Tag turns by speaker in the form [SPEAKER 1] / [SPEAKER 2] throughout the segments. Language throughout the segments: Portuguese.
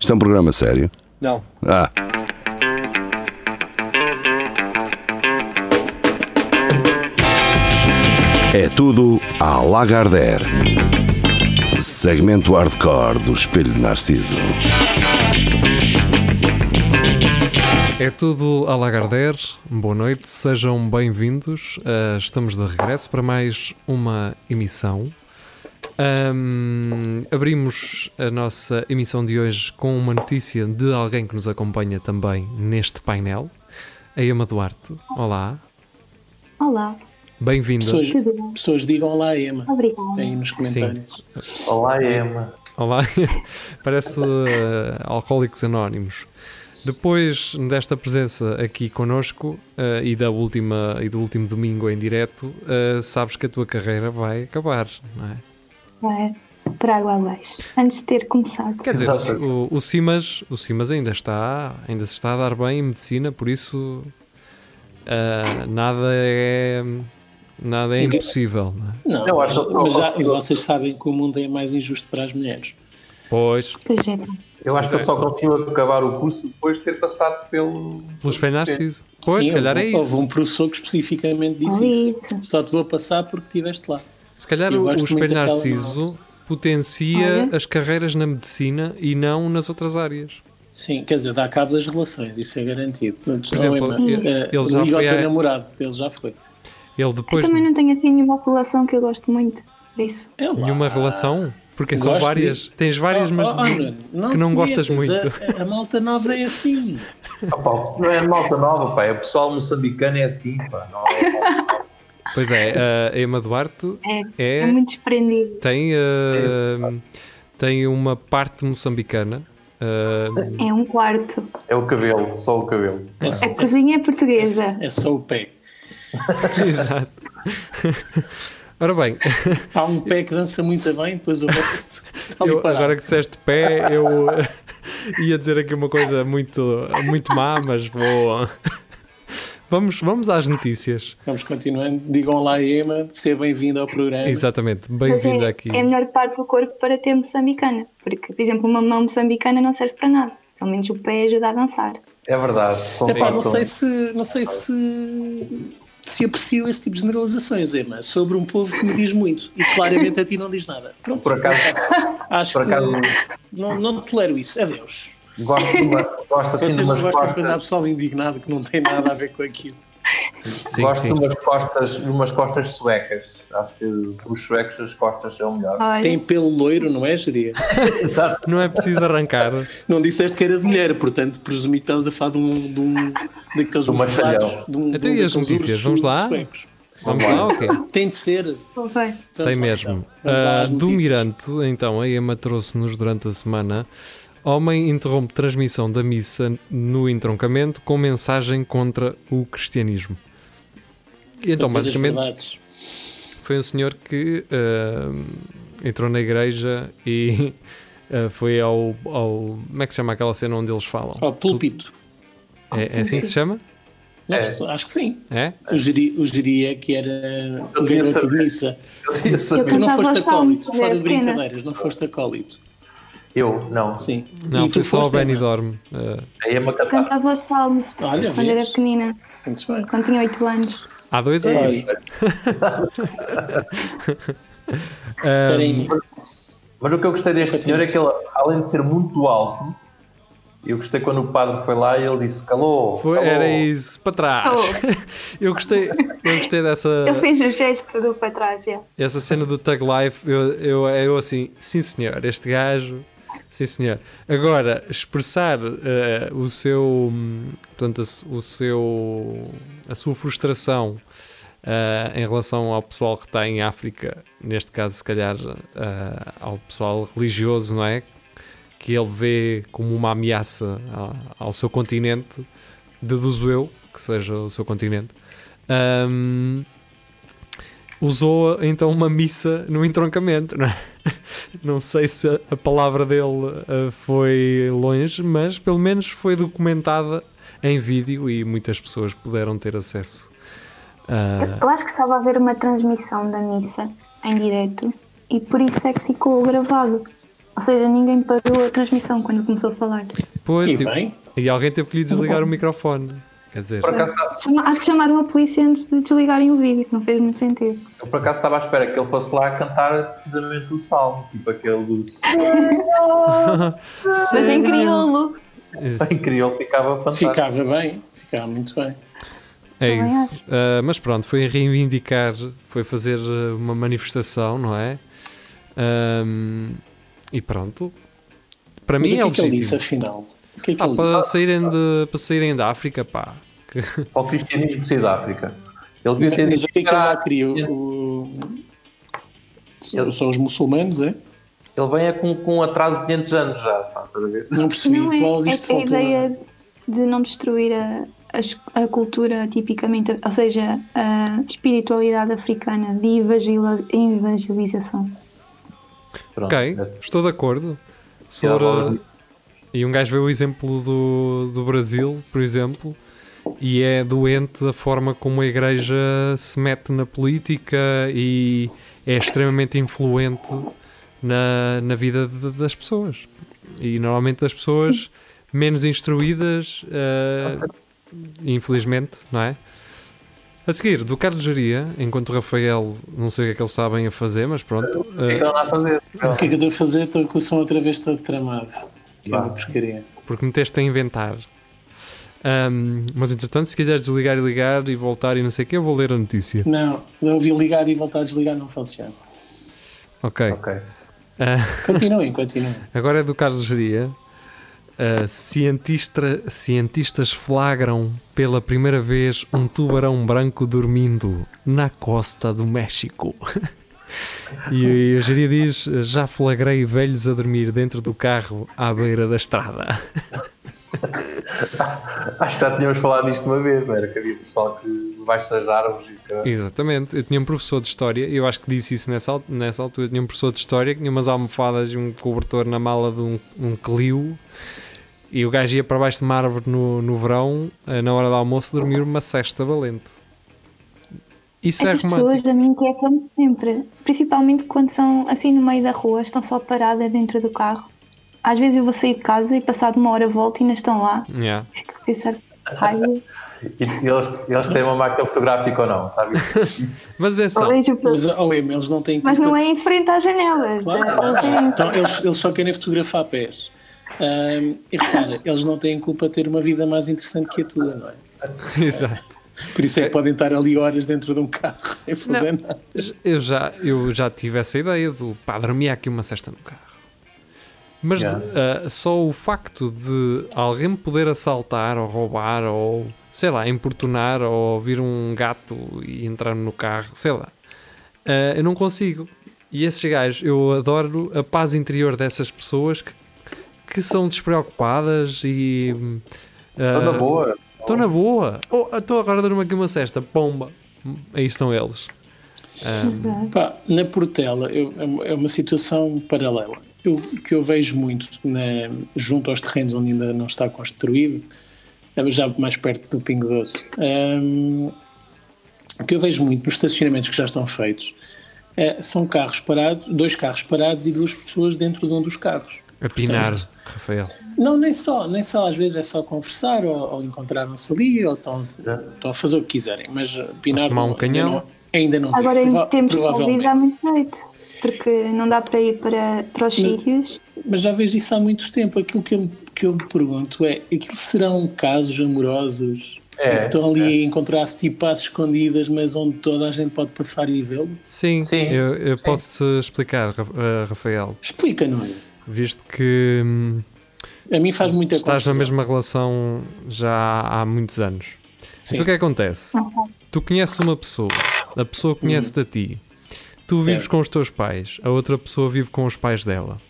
[SPEAKER 1] Isto é um programa sério.
[SPEAKER 2] Não.
[SPEAKER 1] Ah, é tudo à Lagardère. Segmento hardcore do Espelho de Narciso.
[SPEAKER 3] É tudo a Lagardère, boa noite, sejam bem-vindos. Ah, estamos de regresso para mais uma emissão. Ahm, abrimos a nossa emissão de hoje com uma notícia de alguém que nos acompanha também neste painel, a Emma Duarte. Olá,
[SPEAKER 4] Olá,
[SPEAKER 3] bem-vinda.
[SPEAKER 2] Pessoas,
[SPEAKER 4] tudo bom?
[SPEAKER 2] pessoas digam olá a Emma
[SPEAKER 4] Obrigada.
[SPEAKER 2] aí nos comentários.
[SPEAKER 5] Olá, Emma.
[SPEAKER 3] Olá, parece eh, Alcoólicos Anónimos. Depois desta presença aqui connosco eh, e, da última, e do último domingo em direto, eh, sabes que a tua carreira vai acabar, não é?
[SPEAKER 4] Vai por água abaixo. Antes de ter começado.
[SPEAKER 3] Quer dizer,
[SPEAKER 5] Exato.
[SPEAKER 3] o, o Simas, o Simas ainda, está, ainda se está a dar bem em medicina, por isso ah, nada é, nada é
[SPEAKER 2] Ninguém-
[SPEAKER 3] impossível, não é?
[SPEAKER 2] Não,
[SPEAKER 5] Eu acho que-
[SPEAKER 2] mas já, e vocês sabem que o mundo é mais injusto para as mulheres.
[SPEAKER 3] Pois,
[SPEAKER 4] Pois é,
[SPEAKER 5] Eu acho que eu só consigo acabar o curso depois de ter passado pelo.
[SPEAKER 3] pelos penarcis. Pois,
[SPEAKER 2] Sim,
[SPEAKER 3] se calhar é
[SPEAKER 2] houve,
[SPEAKER 3] isso.
[SPEAKER 2] Houve um professor que especificamente disse
[SPEAKER 4] Ah,
[SPEAKER 2] isso.
[SPEAKER 4] isso.
[SPEAKER 2] Só te vou passar porque estiveste lá.
[SPEAKER 3] Se calhar
[SPEAKER 2] Eu
[SPEAKER 3] o, o
[SPEAKER 2] gosto muito
[SPEAKER 3] espelho
[SPEAKER 2] daquela
[SPEAKER 3] narciso potencia
[SPEAKER 4] Olha.
[SPEAKER 3] as carreiras na medicina e não nas outras áreas.
[SPEAKER 2] Sim, quer dizer, dá cabo das relações, isso é garantido. Portanto,
[SPEAKER 3] Por
[SPEAKER 2] não,
[SPEAKER 3] exemplo,
[SPEAKER 2] Emma,
[SPEAKER 3] ele-
[SPEAKER 2] eh,
[SPEAKER 3] ele já
[SPEAKER 2] liga
[SPEAKER 3] foi
[SPEAKER 2] ao teu
[SPEAKER 3] a-
[SPEAKER 2] namorado, ele já foi.
[SPEAKER 3] Ele
[SPEAKER 4] eu
[SPEAKER 3] depois
[SPEAKER 4] também não tenho assim nenhuma população que eu gosto muito. Por isso,
[SPEAKER 2] É lá.
[SPEAKER 3] nenhuma relação, porque são
[SPEAKER 2] Gosto
[SPEAKER 3] várias.
[SPEAKER 2] de-
[SPEAKER 3] Tens várias,
[SPEAKER 2] Oh,
[SPEAKER 3] mas
[SPEAKER 2] oh, Nuno,
[SPEAKER 3] que
[SPEAKER 2] te
[SPEAKER 3] não gostas
[SPEAKER 2] metas,
[SPEAKER 3] muito.
[SPEAKER 2] A, a malta nova é assim.
[SPEAKER 5] Ah, pá, não é malta nova, pá. É pessoal moçambicano, é assim, pá. Não,
[SPEAKER 3] Pois é, a Emma Duarte
[SPEAKER 4] é,
[SPEAKER 3] é,
[SPEAKER 4] é, muito desprendido.
[SPEAKER 3] tem, ah, tem uma parte moçambicana. ah,
[SPEAKER 4] É um quarto.
[SPEAKER 5] é o cabelo, só o cabelo.
[SPEAKER 2] É, só-
[SPEAKER 4] A cozinha é portuguesa.
[SPEAKER 2] é, é só o pé.
[SPEAKER 3] exato. Ora bem,
[SPEAKER 2] Há um pé que dança muito bem, depois o resto está ali
[SPEAKER 3] eu-
[SPEAKER 2] parado.
[SPEAKER 3] agora que disseste pé, eu ia dizer aqui uma coisa muito, muito má, mas vou. Vamos, vamos às notícias.
[SPEAKER 2] Vamos continuando. Digam lá, Emma, seja bem-vindo ao programa.
[SPEAKER 3] Exatamente,
[SPEAKER 4] Mas
[SPEAKER 3] bem-vindo
[SPEAKER 4] é,
[SPEAKER 3] aqui.
[SPEAKER 4] é a melhor parte do corpo para ter moçambicana. Porque, por exemplo, uma mão moçambicana não serve para nada. Pelo menos o pé ajuda a dançar.
[SPEAKER 5] É verdade.
[SPEAKER 2] Epá,
[SPEAKER 5] concordo
[SPEAKER 2] não
[SPEAKER 5] com-
[SPEAKER 2] sei se não sei se se aprecio esse tipo de generalizações, Emma, sobre um povo que me diz muito e claramente a ti não diz nada. Pronto,
[SPEAKER 5] Por acaso-
[SPEAKER 2] acho
[SPEAKER 5] por acaso-
[SPEAKER 2] que não, não tolero isso. Adeus.
[SPEAKER 5] Gosto, de uma, gosto assim
[SPEAKER 2] Vocês
[SPEAKER 5] de
[SPEAKER 2] não
[SPEAKER 5] umas
[SPEAKER 2] gostam quando há
[SPEAKER 5] costas.
[SPEAKER 2] pessoal indignado que não tem nada a ver com aquilo.
[SPEAKER 3] Sim,
[SPEAKER 5] gosto
[SPEAKER 3] sim.
[SPEAKER 5] de umas costas, de umas costas suecas. Acho que os suecos as costas são melhor.
[SPEAKER 4] Olha,
[SPEAKER 2] Tem pelo loiro, não é, Jeria?
[SPEAKER 5] Exato.
[SPEAKER 3] Não é preciso arrancar.
[SPEAKER 2] Não disseste que era de mulher, portanto, presumi que estavas a falar de um, de um daqueles
[SPEAKER 5] Do
[SPEAKER 2] misturados,
[SPEAKER 5] machalhão.
[SPEAKER 2] de um-
[SPEAKER 3] Então e
[SPEAKER 2] de um
[SPEAKER 3] as
[SPEAKER 2] daqueles
[SPEAKER 3] notícias?
[SPEAKER 2] ursos
[SPEAKER 3] Vamos lá?
[SPEAKER 2] suecos.
[SPEAKER 3] Vamos lá, Ah, ok.
[SPEAKER 2] Tem de ser.
[SPEAKER 4] bom, bem.
[SPEAKER 2] Vamos
[SPEAKER 3] Tem
[SPEAKER 2] lá,
[SPEAKER 3] mesmo.
[SPEAKER 2] então. Vamos lá
[SPEAKER 3] Ah,
[SPEAKER 2] às
[SPEAKER 3] do
[SPEAKER 2] notícias.
[SPEAKER 3] Mirante, então, a Ema trouxe-nos durante a semana. Homem interrompe transmissão da missa no entroncamento com mensagem contra o cristianismo. E então,
[SPEAKER 2] Todas as
[SPEAKER 3] basicamente,
[SPEAKER 2] verdades.
[SPEAKER 3] foi um senhor que ah, entrou na igreja e ah, foi ao, ao. Como é que se chama aquela cena onde eles falam?
[SPEAKER 2] Ó, púlpito.
[SPEAKER 3] É, é assim que se chama?
[SPEAKER 2] Não
[SPEAKER 5] É.
[SPEAKER 2] sei, Acho que sim.
[SPEAKER 3] É?
[SPEAKER 2] O Giri, o Giri é que era
[SPEAKER 5] Eu devia
[SPEAKER 2] garoto de
[SPEAKER 5] saber.
[SPEAKER 2] missa.
[SPEAKER 5] Eu ia
[SPEAKER 2] Tu
[SPEAKER 5] saber.
[SPEAKER 2] não
[SPEAKER 4] Cantava
[SPEAKER 2] foste
[SPEAKER 4] os salmos,
[SPEAKER 2] acólito,
[SPEAKER 4] é
[SPEAKER 2] fora de
[SPEAKER 4] pena.
[SPEAKER 2] brincadeiras, não foste acólito.
[SPEAKER 5] Eu, não.
[SPEAKER 2] Sim.
[SPEAKER 3] Não,
[SPEAKER 2] E
[SPEAKER 3] foi
[SPEAKER 2] tu
[SPEAKER 3] só o
[SPEAKER 2] foste, né?
[SPEAKER 3] Benny
[SPEAKER 2] Emma?
[SPEAKER 3] Dorme. ah,
[SPEAKER 5] A Emma Catar.
[SPEAKER 4] Cantava os salmos
[SPEAKER 2] Olha,
[SPEAKER 4] quando era
[SPEAKER 2] vês.
[SPEAKER 4] pequenina,
[SPEAKER 2] Muito bem.
[SPEAKER 4] quando tinha 8 anos.
[SPEAKER 3] Há dois anos.
[SPEAKER 2] Olha, espera aí.
[SPEAKER 5] Mas o que eu gostei deste
[SPEAKER 2] Continua.
[SPEAKER 5] senhor é que ele, além de ser muito alto, eu gostei quando o padre foi lá e ele disse: Calou!
[SPEAKER 3] Foi-
[SPEAKER 5] calou."
[SPEAKER 3] era
[SPEAKER 2] Oh.
[SPEAKER 3] isso, para trás. Eu gostei, eu gostei dessa
[SPEAKER 4] Ele fez o gesto do para trás, é.
[SPEAKER 3] essa cena do Tug Life. Eu, eu, eu assim, sim senhor, este gajo, sim senhor. Agora, expressar eh, o seu, hum, portanto, a, su- o seu, a sua frustração eh, em relação ao pessoal que está em África, neste caso, se calhar, eh, ao pessoal religioso, não é? Que ele vê como uma ameaça a- ao seu continente, deduzo eu que seja o seu continente. Ahm, usou então uma missa no entroncamento. Não, é? Não sei se a palavra dele ah, foi longe, mas pelo menos foi documentada em vídeo e muitas pessoas puderam ter acesso. Ah,
[SPEAKER 4] Eu acho que estava a haver uma transmissão da missa em direto e por isso é que ficou gravado. Ou seja, ninguém parou a transmissão quando começou a falar.
[SPEAKER 3] Pois,
[SPEAKER 2] E
[SPEAKER 3] tipo,
[SPEAKER 2] bem,
[SPEAKER 3] e alguém teve que lhe desligar o microfone. Quer dizer,
[SPEAKER 5] Por acaso, tá-
[SPEAKER 4] Chama- acho que chamaram a polícia antes de desligarem o vídeo, que não fez muito sentido.
[SPEAKER 5] eu por acaso estava à espera que ele fosse lá cantar precisamente o salmo, tipo aquele do
[SPEAKER 4] Mas é em crioulo.
[SPEAKER 5] sem crioulo ficava fantástico.
[SPEAKER 2] ficava bem, ficava muito bem.
[SPEAKER 3] é
[SPEAKER 4] Também
[SPEAKER 3] isso. Ah, mas pronto, foi reivindicar, foi fazer ah, uma manifestação, não é? Ahm, e pronto. Para
[SPEAKER 2] Mas
[SPEAKER 3] mim é
[SPEAKER 2] o que é que ele disse,
[SPEAKER 3] legítimo.
[SPEAKER 2] afinal? O que é que
[SPEAKER 3] Ah,
[SPEAKER 2] ele
[SPEAKER 3] para
[SPEAKER 2] disse?
[SPEAKER 3] saírem, de, para saírem da África, pá. Que-
[SPEAKER 5] Para o cristianismo sair da África. Ele devia ter
[SPEAKER 2] Mas
[SPEAKER 5] dito
[SPEAKER 2] o que é que ele
[SPEAKER 5] "Ah,
[SPEAKER 2] lá criou? O- São são os muçulmanos, é?
[SPEAKER 5] Ele vem é com, com um atraso de 500 anos já, pá, estás a ver?
[SPEAKER 2] Não percebi.
[SPEAKER 4] Não é,
[SPEAKER 2] Paulo,
[SPEAKER 4] é
[SPEAKER 2] isto
[SPEAKER 4] que a
[SPEAKER 2] faltou.
[SPEAKER 4] ideia de não destruir a, as- a cultura tipicamente, ou seja, a espiritualidade africana de evangeli- evangelização.
[SPEAKER 5] Pronto.
[SPEAKER 3] Ok,
[SPEAKER 5] É.
[SPEAKER 3] estou de acordo. Sobre-
[SPEAKER 5] agora-
[SPEAKER 3] E um gajo vê o exemplo do, do Brasil, por exemplo, e é doente da forma como a igreja se mete na política e é extremamente influente na, na vida de- das pessoas. E normalmente as pessoas menos instruídas, eh, infelizmente, não é? A seguir, do Carlos Jaria, enquanto o Rafael, não sei o que é que eles sabem a fazer, mas pronto.
[SPEAKER 5] O que é
[SPEAKER 3] eh,
[SPEAKER 5] que ele anda a fazer?
[SPEAKER 2] O que é que eu estou a fazer? Estou com o som outra vez todo tramado. Que é
[SPEAKER 5] Vá.
[SPEAKER 2] uma porcaria.
[SPEAKER 3] porque meteste a inventar. Ahm, mas entretanto, se quiseres desligar e ligar e voltar e não sei o que, eu vou ler a notícia.
[SPEAKER 2] Não, eu ouvi ligar e voltar a desligar, não faço já.
[SPEAKER 3] Ok.
[SPEAKER 5] Ok.
[SPEAKER 3] Ah,
[SPEAKER 2] Continuem, continuem.
[SPEAKER 3] agora é do Carlos Geria. Ah, cientista- cientistas flagram pela primeira vez um tubarão branco dormindo na costa do México. e o Geria diz: Já flagrei velhos a dormir dentro do carro à beira da estrada.
[SPEAKER 5] Acho que já tínhamos falado disto uma vez, não era? Que havia pessoal que baixa as árvores e que...
[SPEAKER 3] Exatamente, eu tinha um professor de história, e eu acho que disse isso nessa, al- nessa altura. Eu tinha um professor de história que tinha umas almofadas e um cobertor na mala de um, um Clio. E o gajo ia para baixo de uma árvore no, no verão, eh, na hora do almoço, dormir uma cesta valente. Isso
[SPEAKER 4] Essas
[SPEAKER 3] é romântico.
[SPEAKER 4] pessoas a mim inquietam sempre, principalmente quando são assim no meio da rua, estão só paradas dentro do carro. Às vezes eu vou sair de casa e passado uma hora volto e ainda estão lá.
[SPEAKER 3] Yeah.
[SPEAKER 4] Fico a pensar, raiva,
[SPEAKER 5] E eles, eles têm uma máquina fotográfica ou não, sabe?
[SPEAKER 3] Mas é atenção,
[SPEAKER 4] vejo para
[SPEAKER 2] Mas, oh, Emma, eles não têm
[SPEAKER 4] Mas não é em frente às janelas.
[SPEAKER 2] Claro,
[SPEAKER 4] é-
[SPEAKER 2] não,
[SPEAKER 4] é-
[SPEAKER 2] não. Então, eles, eles só querem fotografar pés. Ahm, e repara, eles não têm culpa de ter uma vida mais interessante que a tua, não é?
[SPEAKER 3] exato.
[SPEAKER 2] Por isso é que podem estar ali horas dentro de um carro sem fazer nada.
[SPEAKER 3] Eu já, eu já tive essa ideia do pá, dormia aqui uma cesta no carro. Mas eh, só o facto de alguém me poder assaltar ou roubar ou sei lá, importunar ou vir um gato e entrar no carro, sei lá, eh, eu não consigo. E esses gajos, eu adoro a paz interior dessas pessoas que, que são despreocupadas e.
[SPEAKER 5] Estão Então, na boa.
[SPEAKER 3] Estou na boa. Oh, Estou agora a dormir aqui uma cesta. Pomba. Aí estão eles.
[SPEAKER 2] Pá, na Portela eu- é uma- é uma situação paralela. Eu- O que eu vejo muito na- junto aos terrenos onde ainda não está construído, eh, já mais perto do Pingo Doce, ahm, o que eu vejo muito nos estacionamentos que já estão feitos eh, são carros parados, dois carros parados e duas pessoas dentro de um dos carros.
[SPEAKER 3] A pinar, Rafael.
[SPEAKER 2] Não, nem só, nem só, às vezes é só conversar ou, ou encontraram-se ali ou estão, estão a fazer o que quiserem, mas eh, pinar
[SPEAKER 3] tomar um
[SPEAKER 2] não-
[SPEAKER 3] canhão.
[SPEAKER 2] ainda não, ainda não vi.
[SPEAKER 4] Agora em
[SPEAKER 2] Prova-
[SPEAKER 4] tempos de
[SPEAKER 2] provavelmente.
[SPEAKER 4] Covid há muito noite, porque não dá para ir para, para os sítios.
[SPEAKER 2] mas já vejo isso há muito tempo. Aquilo que eu, que eu me pergunto é: aquilo serão casos amorosos?
[SPEAKER 5] É,
[SPEAKER 2] Em que estão ali a encontrar-se tipo às escondidas, mas onde toda a gente pode passar e vê-lo?
[SPEAKER 3] Sim,
[SPEAKER 5] Sim,
[SPEAKER 3] eu, eu
[SPEAKER 5] sim.
[SPEAKER 3] posso te explicar, Ra- eh, Rafael.
[SPEAKER 2] Explica-nos.
[SPEAKER 3] Visto que hum,
[SPEAKER 2] é? A mim faz muita
[SPEAKER 3] estás
[SPEAKER 2] confusão.
[SPEAKER 3] na mesma relação já há, há muitos anos.
[SPEAKER 2] Sim.
[SPEAKER 3] Então o que é que acontece? Tu conheces uma pessoa, a pessoa conhece-te a ti, tu vives
[SPEAKER 2] Certo.
[SPEAKER 3] com os teus pais, a outra pessoa vive com os pais dela.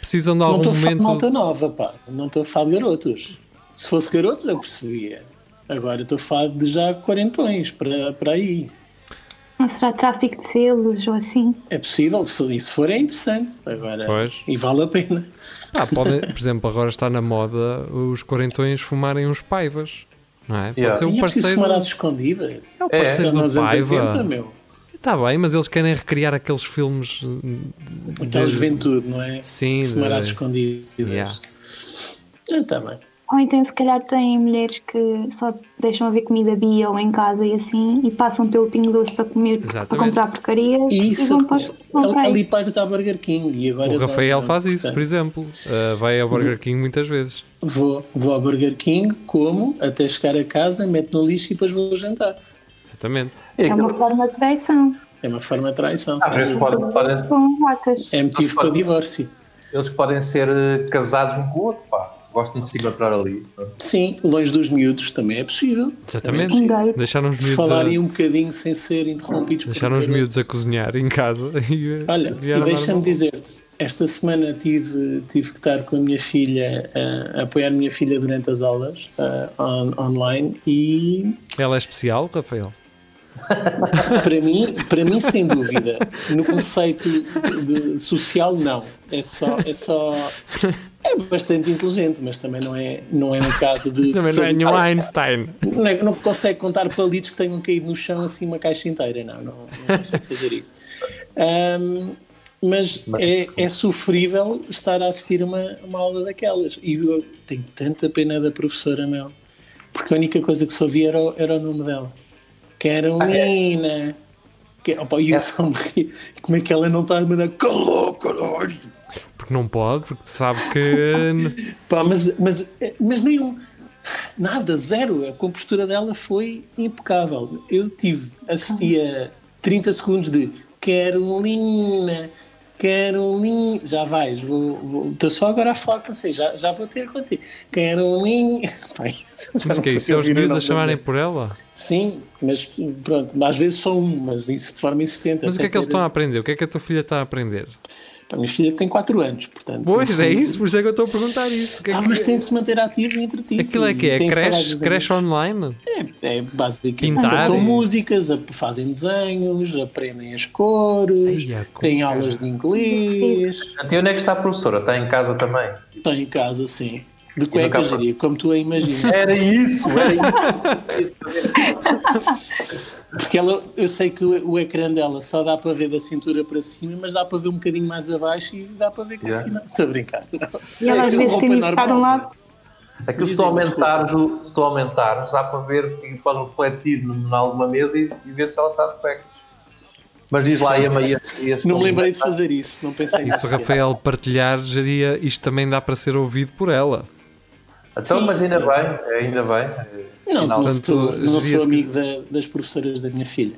[SPEAKER 3] Precisam de
[SPEAKER 2] Não
[SPEAKER 3] algum
[SPEAKER 2] estou a falar de
[SPEAKER 3] momento.
[SPEAKER 2] malta nova, pá. Não estou a falar de garotos. Se fosse garotos, eu percebia. Agora estou a falar de já quarentões, para, para aí.
[SPEAKER 4] Não será tráfico de selos ou assim?
[SPEAKER 2] É possível, se isso for é interessante. Agora,
[SPEAKER 3] Pois.
[SPEAKER 2] e vale a pena.
[SPEAKER 3] Ah, podem- por exemplo, agora está na moda os quarentões fumarem uns paivas. Não é? Pode
[SPEAKER 5] Yeah.
[SPEAKER 3] ser o
[SPEAKER 2] Tinha preciso
[SPEAKER 3] parceiro.
[SPEAKER 2] fumar às escondidas.
[SPEAKER 3] É o
[SPEAKER 5] É.
[SPEAKER 3] parceiro
[SPEAKER 2] Só
[SPEAKER 3] do
[SPEAKER 2] nos anos
[SPEAKER 3] paiva.
[SPEAKER 2] 80, meu.
[SPEAKER 3] Está Tá bem, mas eles querem recriar aqueles filmes. hum,
[SPEAKER 2] Aquela
[SPEAKER 3] de-
[SPEAKER 2] juventude, não é?
[SPEAKER 3] Sim,
[SPEAKER 2] Semarás
[SPEAKER 3] de-
[SPEAKER 2] escondidas.
[SPEAKER 3] Yeah.
[SPEAKER 2] Está bem.
[SPEAKER 4] Ou então, se calhar, tem mulheres que só deixam haver comida bio em casa e assim, e passam pelo Pingo Doce para comer, para
[SPEAKER 3] Exatamente.
[SPEAKER 4] comprar porcarias
[SPEAKER 2] E
[SPEAKER 4] e
[SPEAKER 2] isso
[SPEAKER 4] vão Então para os
[SPEAKER 2] acontece.
[SPEAKER 4] não
[SPEAKER 2] Ali-
[SPEAKER 4] tem.
[SPEAKER 2] Ali perto está Burger King. E agora um
[SPEAKER 3] O
[SPEAKER 2] dá-
[SPEAKER 3] Rafael
[SPEAKER 2] dá-
[SPEAKER 3] faz isso, por exemplo. Uh, vai ao Burger King muitas vezes.
[SPEAKER 2] Vou, vou ao Burger King, como, até chegar a casa, meto no lixo e depois vou jantar.
[SPEAKER 3] Exatamente.
[SPEAKER 5] E
[SPEAKER 4] É uma forma de traição
[SPEAKER 2] É uma forma de traição.
[SPEAKER 5] Às
[SPEAKER 2] sabe?
[SPEAKER 5] vezes podem, podem-
[SPEAKER 4] com vacas.
[SPEAKER 2] É motivo para
[SPEAKER 5] Pode-
[SPEAKER 2] divórcio.
[SPEAKER 5] eles podem ser eh, casados um com o outro, pá. Gostam de se encontrar ali.
[SPEAKER 2] Sim, longe dos miúdos também é possível.
[SPEAKER 3] Exatamente.
[SPEAKER 4] Um gay.
[SPEAKER 3] Deixaram os miúdos
[SPEAKER 2] Falarem
[SPEAKER 3] a,
[SPEAKER 2] um bocadinho sem ser interrompidos por
[SPEAKER 3] deixaram os miúdos a
[SPEAKER 2] miúdos.
[SPEAKER 3] cozinhar em casa e uh,
[SPEAKER 2] Olha,
[SPEAKER 3] vieram
[SPEAKER 2] e
[SPEAKER 3] dar
[SPEAKER 2] deixa-me
[SPEAKER 3] uma-
[SPEAKER 2] dizer-te, esta semana tive, tive que estar com a minha filha, a, a apoiar a minha filha durante as aulas ah, on- online e
[SPEAKER 3] Ela é especial, Rafael.
[SPEAKER 2] para mim, para mim sem dúvida, no conceito de social não, é só, é só é bastante inteligente, mas também não é, não é um caso de
[SPEAKER 3] Também não é
[SPEAKER 2] de-
[SPEAKER 3] nenhum Einstein.
[SPEAKER 2] Não, é- não consegue contar palitos que tenham caído no chão assim uma caixa inteira, não, não, não consegue fazer isso. Ahm, mas
[SPEAKER 5] Mas-
[SPEAKER 2] é, é sofrível estar a assistir uma, uma aula daquelas. E eu tenho tanta pena da professora, meu, porque a única coisa que só vi era, o- era o nome dela. Carolina! Que, opa, e eu só me ri. Como é que ela não está a mandar calor, caralho?
[SPEAKER 3] Porque não pode, porque sabe que.
[SPEAKER 2] Pá, mas, mas, mas nenhum. Nada, zero. A compostura dela foi impecável. Eu tive, assisti a 30 segundos de um Carolina, Carolina. um Já vais, vou, vou, estou só agora a falar com você, já, já vou ter contigo. Carolina. Pá, já
[SPEAKER 3] Mas
[SPEAKER 2] não
[SPEAKER 3] que é isso?
[SPEAKER 2] sei
[SPEAKER 3] É os
[SPEAKER 2] ouvir o
[SPEAKER 3] miúdos
[SPEAKER 2] nome
[SPEAKER 3] a chamarem
[SPEAKER 2] dela.
[SPEAKER 3] por ela?
[SPEAKER 2] Sim, mas pronto, às vezes só um, mas isso de forma insistente.
[SPEAKER 3] Mas o que é que eles estão a
[SPEAKER 2] a.
[SPEAKER 3] aprender? O que é que a tua filha está a aprender?
[SPEAKER 2] Minha filha tem 4 anos, portanto.
[SPEAKER 3] Pois é
[SPEAKER 2] assim,
[SPEAKER 3] isso, por isso é que eu estou a perguntar isso. O que é
[SPEAKER 2] Ah,
[SPEAKER 3] que-
[SPEAKER 2] mas tem de se manter ativo e entretido.
[SPEAKER 3] Aquilo é que é?
[SPEAKER 2] Tem
[SPEAKER 3] Creche,
[SPEAKER 2] saudades de
[SPEAKER 3] creche
[SPEAKER 2] amigos.
[SPEAKER 3] online?
[SPEAKER 2] É, é basicamente.
[SPEAKER 3] Pintar
[SPEAKER 2] Cantam
[SPEAKER 3] e-
[SPEAKER 2] músicas, ap- fazem desenhos, aprendem as cores,
[SPEAKER 3] Ai, a cor,
[SPEAKER 2] têm
[SPEAKER 3] cara.
[SPEAKER 2] aulas de inglês,
[SPEAKER 5] Até onde é que está a professora? Está em casa também.
[SPEAKER 2] estão em casa, sim. De cueca,
[SPEAKER 5] capa.
[SPEAKER 2] diria, como tu a imaginas.
[SPEAKER 5] Era isso, era isso.
[SPEAKER 2] Porque ela, eu sei que o, o ecrã dela só dá para ver da cintura para cima, mas dá para ver um bocadinho mais abaixo e dá para ver que yeah.
[SPEAKER 5] Yeah.
[SPEAKER 2] final. Estou a brincar. não.
[SPEAKER 4] E ela às
[SPEAKER 2] É
[SPEAKER 4] vezes
[SPEAKER 2] roupa
[SPEAKER 4] tem de ficar de um
[SPEAKER 2] normal,
[SPEAKER 4] lado
[SPEAKER 5] Aquilo se tu aumentares, o- se tu aumentares, dá para ver que pode refletir no final de uma mesa e, e ver se ela está de cuecas. Mas diz lá, Emma, e este, este
[SPEAKER 2] Não me lembrei de fazer isso, não pensei
[SPEAKER 3] Se
[SPEAKER 2] nisso.
[SPEAKER 3] o Rafael partilhar, geria, isto também dá para ser ouvido por ela.
[SPEAKER 5] Então,
[SPEAKER 2] Sim,
[SPEAKER 5] mas ainda
[SPEAKER 2] sim.
[SPEAKER 5] bem, ainda bem. É
[SPEAKER 2] Não,
[SPEAKER 5] sinal.
[SPEAKER 2] não
[SPEAKER 3] Portanto,
[SPEAKER 2] sou, não
[SPEAKER 3] diria-se
[SPEAKER 2] sou
[SPEAKER 3] que-
[SPEAKER 2] amigo da- das professoras da minha filha.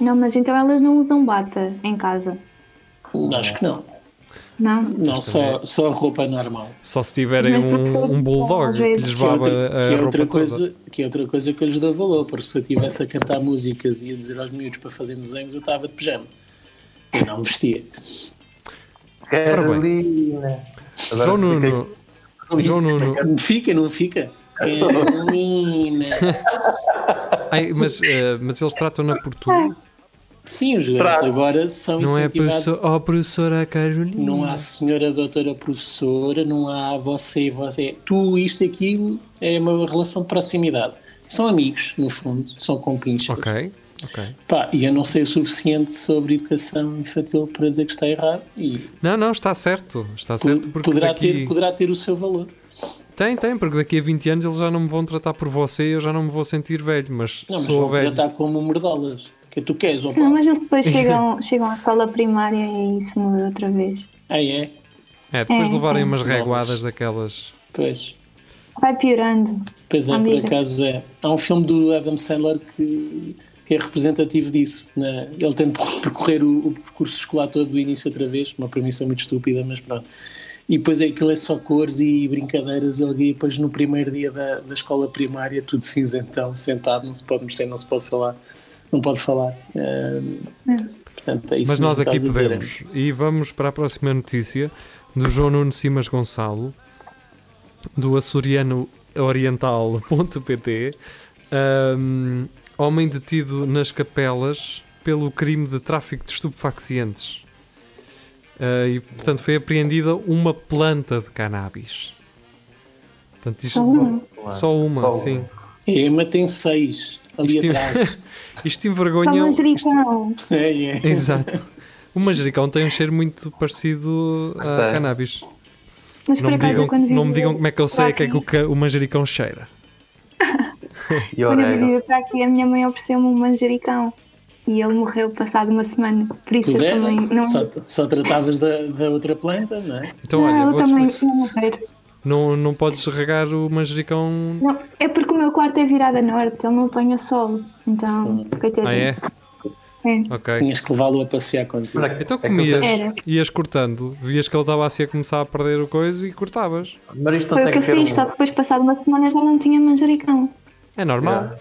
[SPEAKER 4] Não, mas então elas não usam bata em casa,
[SPEAKER 2] Acho que não.
[SPEAKER 4] não?
[SPEAKER 2] Não,
[SPEAKER 3] também
[SPEAKER 2] só, só roupa normal.
[SPEAKER 3] Só se tiverem
[SPEAKER 4] Mas porque são
[SPEAKER 3] um, um bulldog que lhes
[SPEAKER 4] jovens.
[SPEAKER 2] que é
[SPEAKER 3] baba
[SPEAKER 2] outra,
[SPEAKER 3] a
[SPEAKER 2] que é
[SPEAKER 3] roupa
[SPEAKER 2] outra
[SPEAKER 3] toda.
[SPEAKER 2] coisa que é outra coisa que eu lhes dou valor porque se eu estivesse a cantar músicas e a dizer aos miúdos para fazerem desenhos eu estava de pijama eu não me vestia
[SPEAKER 5] Carolina. Agora
[SPEAKER 3] João
[SPEAKER 5] fiquei
[SPEAKER 3] Nuno,
[SPEAKER 5] feliz.
[SPEAKER 3] João Nuno.
[SPEAKER 2] fica, não fica? é Carolina
[SPEAKER 3] Ai, mas, eh, mas eles tratam-na por tu.
[SPEAKER 2] sim, os garotos agora são
[SPEAKER 3] Não é
[SPEAKER 2] incentivados
[SPEAKER 3] professor, oh, professora Carolina.
[SPEAKER 2] não é. há senhora doutora professora não há você e você tu, isto e aquilo é uma relação de proximidade são amigos, no fundo, são compinches
[SPEAKER 3] Ok, ok.
[SPEAKER 2] Pá, e eu não sei o suficiente sobre educação infantil para dizer que está errado e
[SPEAKER 3] Não, não, está certo. Está certo porque
[SPEAKER 2] poderá,
[SPEAKER 3] daqui...
[SPEAKER 2] ter, poderá ter o seu valor.
[SPEAKER 3] Tem, tem, porque daqui a 20 anos eles já não me vão tratar por você e eu já não me vou sentir velho, mas
[SPEAKER 2] Não, mas
[SPEAKER 3] sou
[SPEAKER 2] vão
[SPEAKER 3] velho.
[SPEAKER 2] tratar como mordolas. Que tu queres, opa.
[SPEAKER 4] Não, é? mas eles depois chegam, chegam à escola primária e é isso muda outra vez.
[SPEAKER 2] Ah, é?
[SPEAKER 3] É, depois de
[SPEAKER 4] É,
[SPEAKER 3] levarem
[SPEAKER 4] é.
[SPEAKER 3] umas
[SPEAKER 2] Não,
[SPEAKER 3] reguadas
[SPEAKER 2] mas-
[SPEAKER 3] daquelas.
[SPEAKER 2] Pois.
[SPEAKER 4] Vai piorando.
[SPEAKER 2] Pois é, por
[SPEAKER 4] Amiga.
[SPEAKER 2] acaso é. Há um filme do Adam Sandler que, que é representativo disso. né? Ele tem de percorrer o, o percurso escolar todo do início outra vez, uma premissa muito estúpida, mas pronto. E depois é aquilo é só cores e brincadeiras e alguém depois no primeiro dia da, da escola primária, tudo cinzentão, sentado, não se pode mexer, não se pode falar, não pode falar. Ahm, portanto, é isso
[SPEAKER 3] Mas nós
[SPEAKER 2] mesmo que
[SPEAKER 3] aqui
[SPEAKER 2] estás a dizer, Ana.
[SPEAKER 3] podemos. E vamos para a próxima notícia do João Nuno Simas Gonçalo, do açoriano oriental.pt. Ahm, homem detido nas capelas pelo crime de tráfico de estupefacientes. Ah, e, portanto, foi apreendida uma planta de cannabis. Portanto, isto
[SPEAKER 4] Só uma?
[SPEAKER 3] Só uma,
[SPEAKER 5] Só
[SPEAKER 3] sim.
[SPEAKER 2] É, A Ema tem seis ali
[SPEAKER 3] Isto-
[SPEAKER 2] atrás.
[SPEAKER 3] Isto
[SPEAKER 4] Só
[SPEAKER 3] envergonha.
[SPEAKER 4] manjericão.
[SPEAKER 2] é, é.
[SPEAKER 3] Exato. O manjericão tem um cheiro muito parecido
[SPEAKER 5] Lá
[SPEAKER 3] a
[SPEAKER 5] está.
[SPEAKER 3] cannabis.
[SPEAKER 4] Mas por
[SPEAKER 3] Não me,
[SPEAKER 4] acaso
[SPEAKER 3] digam,
[SPEAKER 4] eu quando vi.
[SPEAKER 3] não me digam como é que eu sei o que é que o, ca- o manjericão cheira.
[SPEAKER 5] E
[SPEAKER 4] Quando eu
[SPEAKER 5] orégano.
[SPEAKER 4] vivia para aqui, a minha mãe ofereceu-me um manjericão. E ele morreu passado uma semana. Por isso
[SPEAKER 2] Pois
[SPEAKER 4] eu
[SPEAKER 2] é,
[SPEAKER 4] também. Não,
[SPEAKER 2] só, só tratavas da, da outra planta, não é?
[SPEAKER 3] Então,
[SPEAKER 4] não,
[SPEAKER 3] olha,
[SPEAKER 4] eu também.
[SPEAKER 3] vou-te-
[SPEAKER 4] Não, morrer.
[SPEAKER 3] não, não podes regar o manjericão.
[SPEAKER 4] não, é porque o meu quarto é virado a norte, ele não apanha sol. Então, coitadinho.
[SPEAKER 3] Ah, é?
[SPEAKER 4] É.
[SPEAKER 3] Ok.
[SPEAKER 2] Tinhas que levá-lo a passear contigo.
[SPEAKER 5] Mas é-
[SPEAKER 3] Então
[SPEAKER 5] é que
[SPEAKER 3] comias,
[SPEAKER 5] eu-
[SPEAKER 4] Era.
[SPEAKER 3] ias cortando, vias que ele estava assim a começar a perder o coisa e cortavas.
[SPEAKER 5] Mas isto não
[SPEAKER 4] Foi o
[SPEAKER 5] tem
[SPEAKER 4] que
[SPEAKER 5] que
[SPEAKER 4] eu
[SPEAKER 5] ver.
[SPEAKER 4] fiz, só
[SPEAKER 5] um-
[SPEAKER 4] que depois passado uma semana já não tinha manjericão.
[SPEAKER 3] É normal.
[SPEAKER 5] Yeah.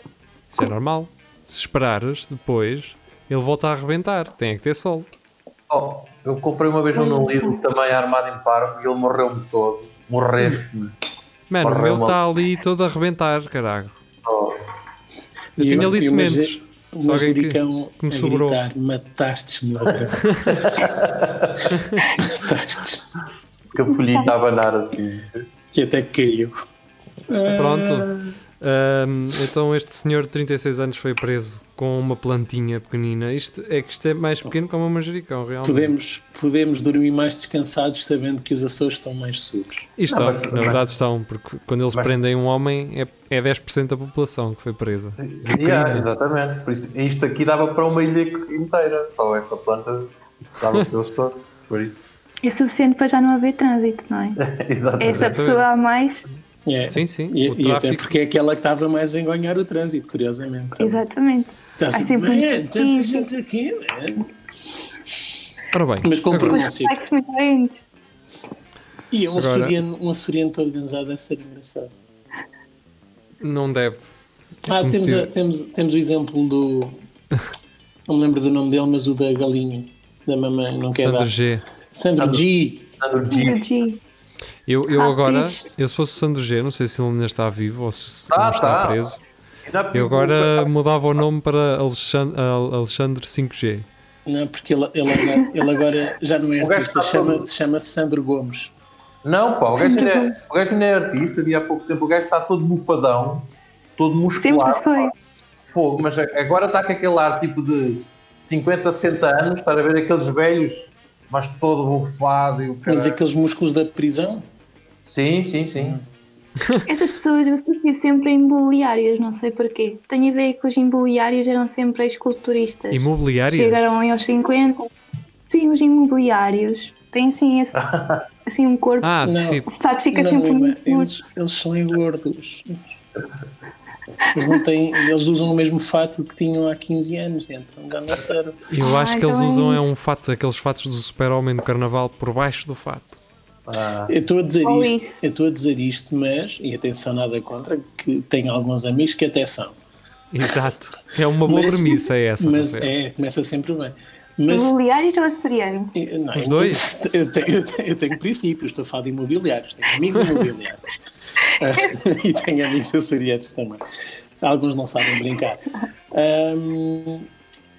[SPEAKER 3] Isso é normal. Se esperares, depois ele volta a arrebentar. Tem é que ter sol.
[SPEAKER 5] Oh, eu comprei uma vez um num Lidl também armado em parvo e ele morreu-me todo. Morreste-me.
[SPEAKER 3] Mano, o
[SPEAKER 5] Ora,
[SPEAKER 3] meu
[SPEAKER 5] mal.
[SPEAKER 3] está ali todo a arrebentar, caralho.
[SPEAKER 5] Oh.
[SPEAKER 3] Eu
[SPEAKER 2] E
[SPEAKER 3] tinha ali
[SPEAKER 2] e o manjer-
[SPEAKER 3] sementes.
[SPEAKER 2] O
[SPEAKER 3] Se alguém que-
[SPEAKER 2] manjericão
[SPEAKER 3] que me
[SPEAKER 2] a
[SPEAKER 3] sobrou.
[SPEAKER 2] gritar, mataste-me outra Mataste-me.
[SPEAKER 5] Que a folhinha a abanar assim.
[SPEAKER 2] E até caiu.
[SPEAKER 3] Pronto. Ahm, então este senhor de 36 anos foi preso com uma plantinha pequenina. Isto é que isto é mais pequeno que uma manjericão, realmente.
[SPEAKER 2] Podemos, podemos dormir mais descansados sabendo que os Açores estão mais seguros.
[SPEAKER 3] E estão,
[SPEAKER 5] Não, mas-
[SPEAKER 3] na verdade estão, porque quando eles prendem um homem é, é 10% da população que foi presa.
[SPEAKER 5] Yeah, ah, exatamente. Por isso, isto aqui dava para uma ilha inteira. Só esta planta dava para eles todos. Por isso.
[SPEAKER 4] É suficiente para já não haver trânsito, não é?
[SPEAKER 5] Exato.
[SPEAKER 4] Essa
[SPEAKER 3] Exatamente. Tá
[SPEAKER 4] pessoa a mais.
[SPEAKER 2] É.
[SPEAKER 3] Sim, sim,
[SPEAKER 2] E,
[SPEAKER 3] o
[SPEAKER 2] e até
[SPEAKER 3] tráfico.
[SPEAKER 2] porque é aquela que estava mais a enganhar o trânsito, curiosamente. também.
[SPEAKER 4] Exatamente.
[SPEAKER 3] Tá
[SPEAKER 2] Está assim,
[SPEAKER 4] Há sempre um
[SPEAKER 2] "Man, tanta
[SPEAKER 4] motivo."
[SPEAKER 2] gente aqui, man."
[SPEAKER 3] Ora bem,
[SPEAKER 2] Mas com
[SPEAKER 3] agora,
[SPEAKER 4] Com os
[SPEAKER 2] pronúncia.
[SPEAKER 4] reflexos muito grandes.
[SPEAKER 2] E um
[SPEAKER 3] Agora-
[SPEAKER 2] açoriano, um açoriano todo organizado deve ser engraçado.
[SPEAKER 3] não deve.
[SPEAKER 2] Ah,
[SPEAKER 3] como
[SPEAKER 2] temos,
[SPEAKER 3] se-
[SPEAKER 2] a- temos, temos o exemplo do. Não me lembro do nome dele, mas o da galinha, da mamãe, não quer
[SPEAKER 3] Sandro
[SPEAKER 2] dar.
[SPEAKER 3] G.
[SPEAKER 2] Sandro G.
[SPEAKER 5] Sandro
[SPEAKER 4] Do
[SPEAKER 5] G.
[SPEAKER 4] G.
[SPEAKER 3] Eu, eu
[SPEAKER 4] Ah,
[SPEAKER 3] agora,
[SPEAKER 4] fixe.
[SPEAKER 3] eu se fosse o Sandro G, não sei se ele ainda está vivo ou se
[SPEAKER 5] Ah,
[SPEAKER 3] não está
[SPEAKER 5] tá.
[SPEAKER 3] preso. Eu agora mudava o nome para Alexandre, Alexandre 5G.
[SPEAKER 2] Não, é? porque ele, ele, agora, ele agora já não é
[SPEAKER 5] O gajo
[SPEAKER 2] artista,
[SPEAKER 5] está
[SPEAKER 2] chama-
[SPEAKER 5] todo-
[SPEAKER 2] chama-se Sandro Gomes.
[SPEAKER 5] Não, pá, o gajo ainda é, o gajo ainda é artista. Vi há pouco tempo. O gajo está todo bufadão, todo musculado.
[SPEAKER 4] Sempre foi.
[SPEAKER 5] Fogo, mas agora está com aquele ar tipo de 50, 60 anos, estás a ver aqueles velhos, mas todo bufado e o
[SPEAKER 2] Mas
[SPEAKER 5] caralho.
[SPEAKER 2] aqueles músculos da prisão?
[SPEAKER 5] Sim, sim, sim.
[SPEAKER 4] Essas pessoas eu senti sempre em imobiliários, não sei porquê. Tenho a ideia que os imobiliários eram sempre esculturistas.
[SPEAKER 3] Imobiliária?
[SPEAKER 4] Chegaram aí aos 50. Sim, os imobiliários têm assim, esse, assim um corpo. tipo, um
[SPEAKER 3] Ah,
[SPEAKER 2] Não.
[SPEAKER 3] sim.
[SPEAKER 4] O fato fica
[SPEAKER 2] Não, é,
[SPEAKER 4] sempre
[SPEAKER 2] Ima,
[SPEAKER 4] muito curto.
[SPEAKER 2] eles, eles são engordos. Eles, não têm, eles usam o mesmo fato que tinham há 15 anos, então já não serve.
[SPEAKER 3] Eu
[SPEAKER 4] Ah,
[SPEAKER 3] acho que eles
[SPEAKER 4] então é
[SPEAKER 3] usam é um fato, aqueles fatos do super-homem do carnaval por baixo do fato.
[SPEAKER 5] Ah,
[SPEAKER 2] Eu estou a dizer
[SPEAKER 4] Ou
[SPEAKER 2] isto,
[SPEAKER 4] isso.
[SPEAKER 2] eu estou a dizer isto, mas, e atenção, nada contra, que tenho alguns amigos que até são.
[SPEAKER 3] Exato. É uma boa
[SPEAKER 2] Mas-
[SPEAKER 3] premissa é essa.
[SPEAKER 2] Mas
[SPEAKER 3] Rafael.
[SPEAKER 2] é, começa sempre bem. Mas,
[SPEAKER 4] Imobiliários ou açoriano?
[SPEAKER 2] eh, não,
[SPEAKER 3] Os
[SPEAKER 2] eu-
[SPEAKER 3] dois?
[SPEAKER 2] Eu tenho, eu tenho- eu tenho princípios, estou a falar de imobiliários, tenho amigos imobiliários. Ah, e tenho amigos açorianos também. Alguns não sabem brincar. Ahm,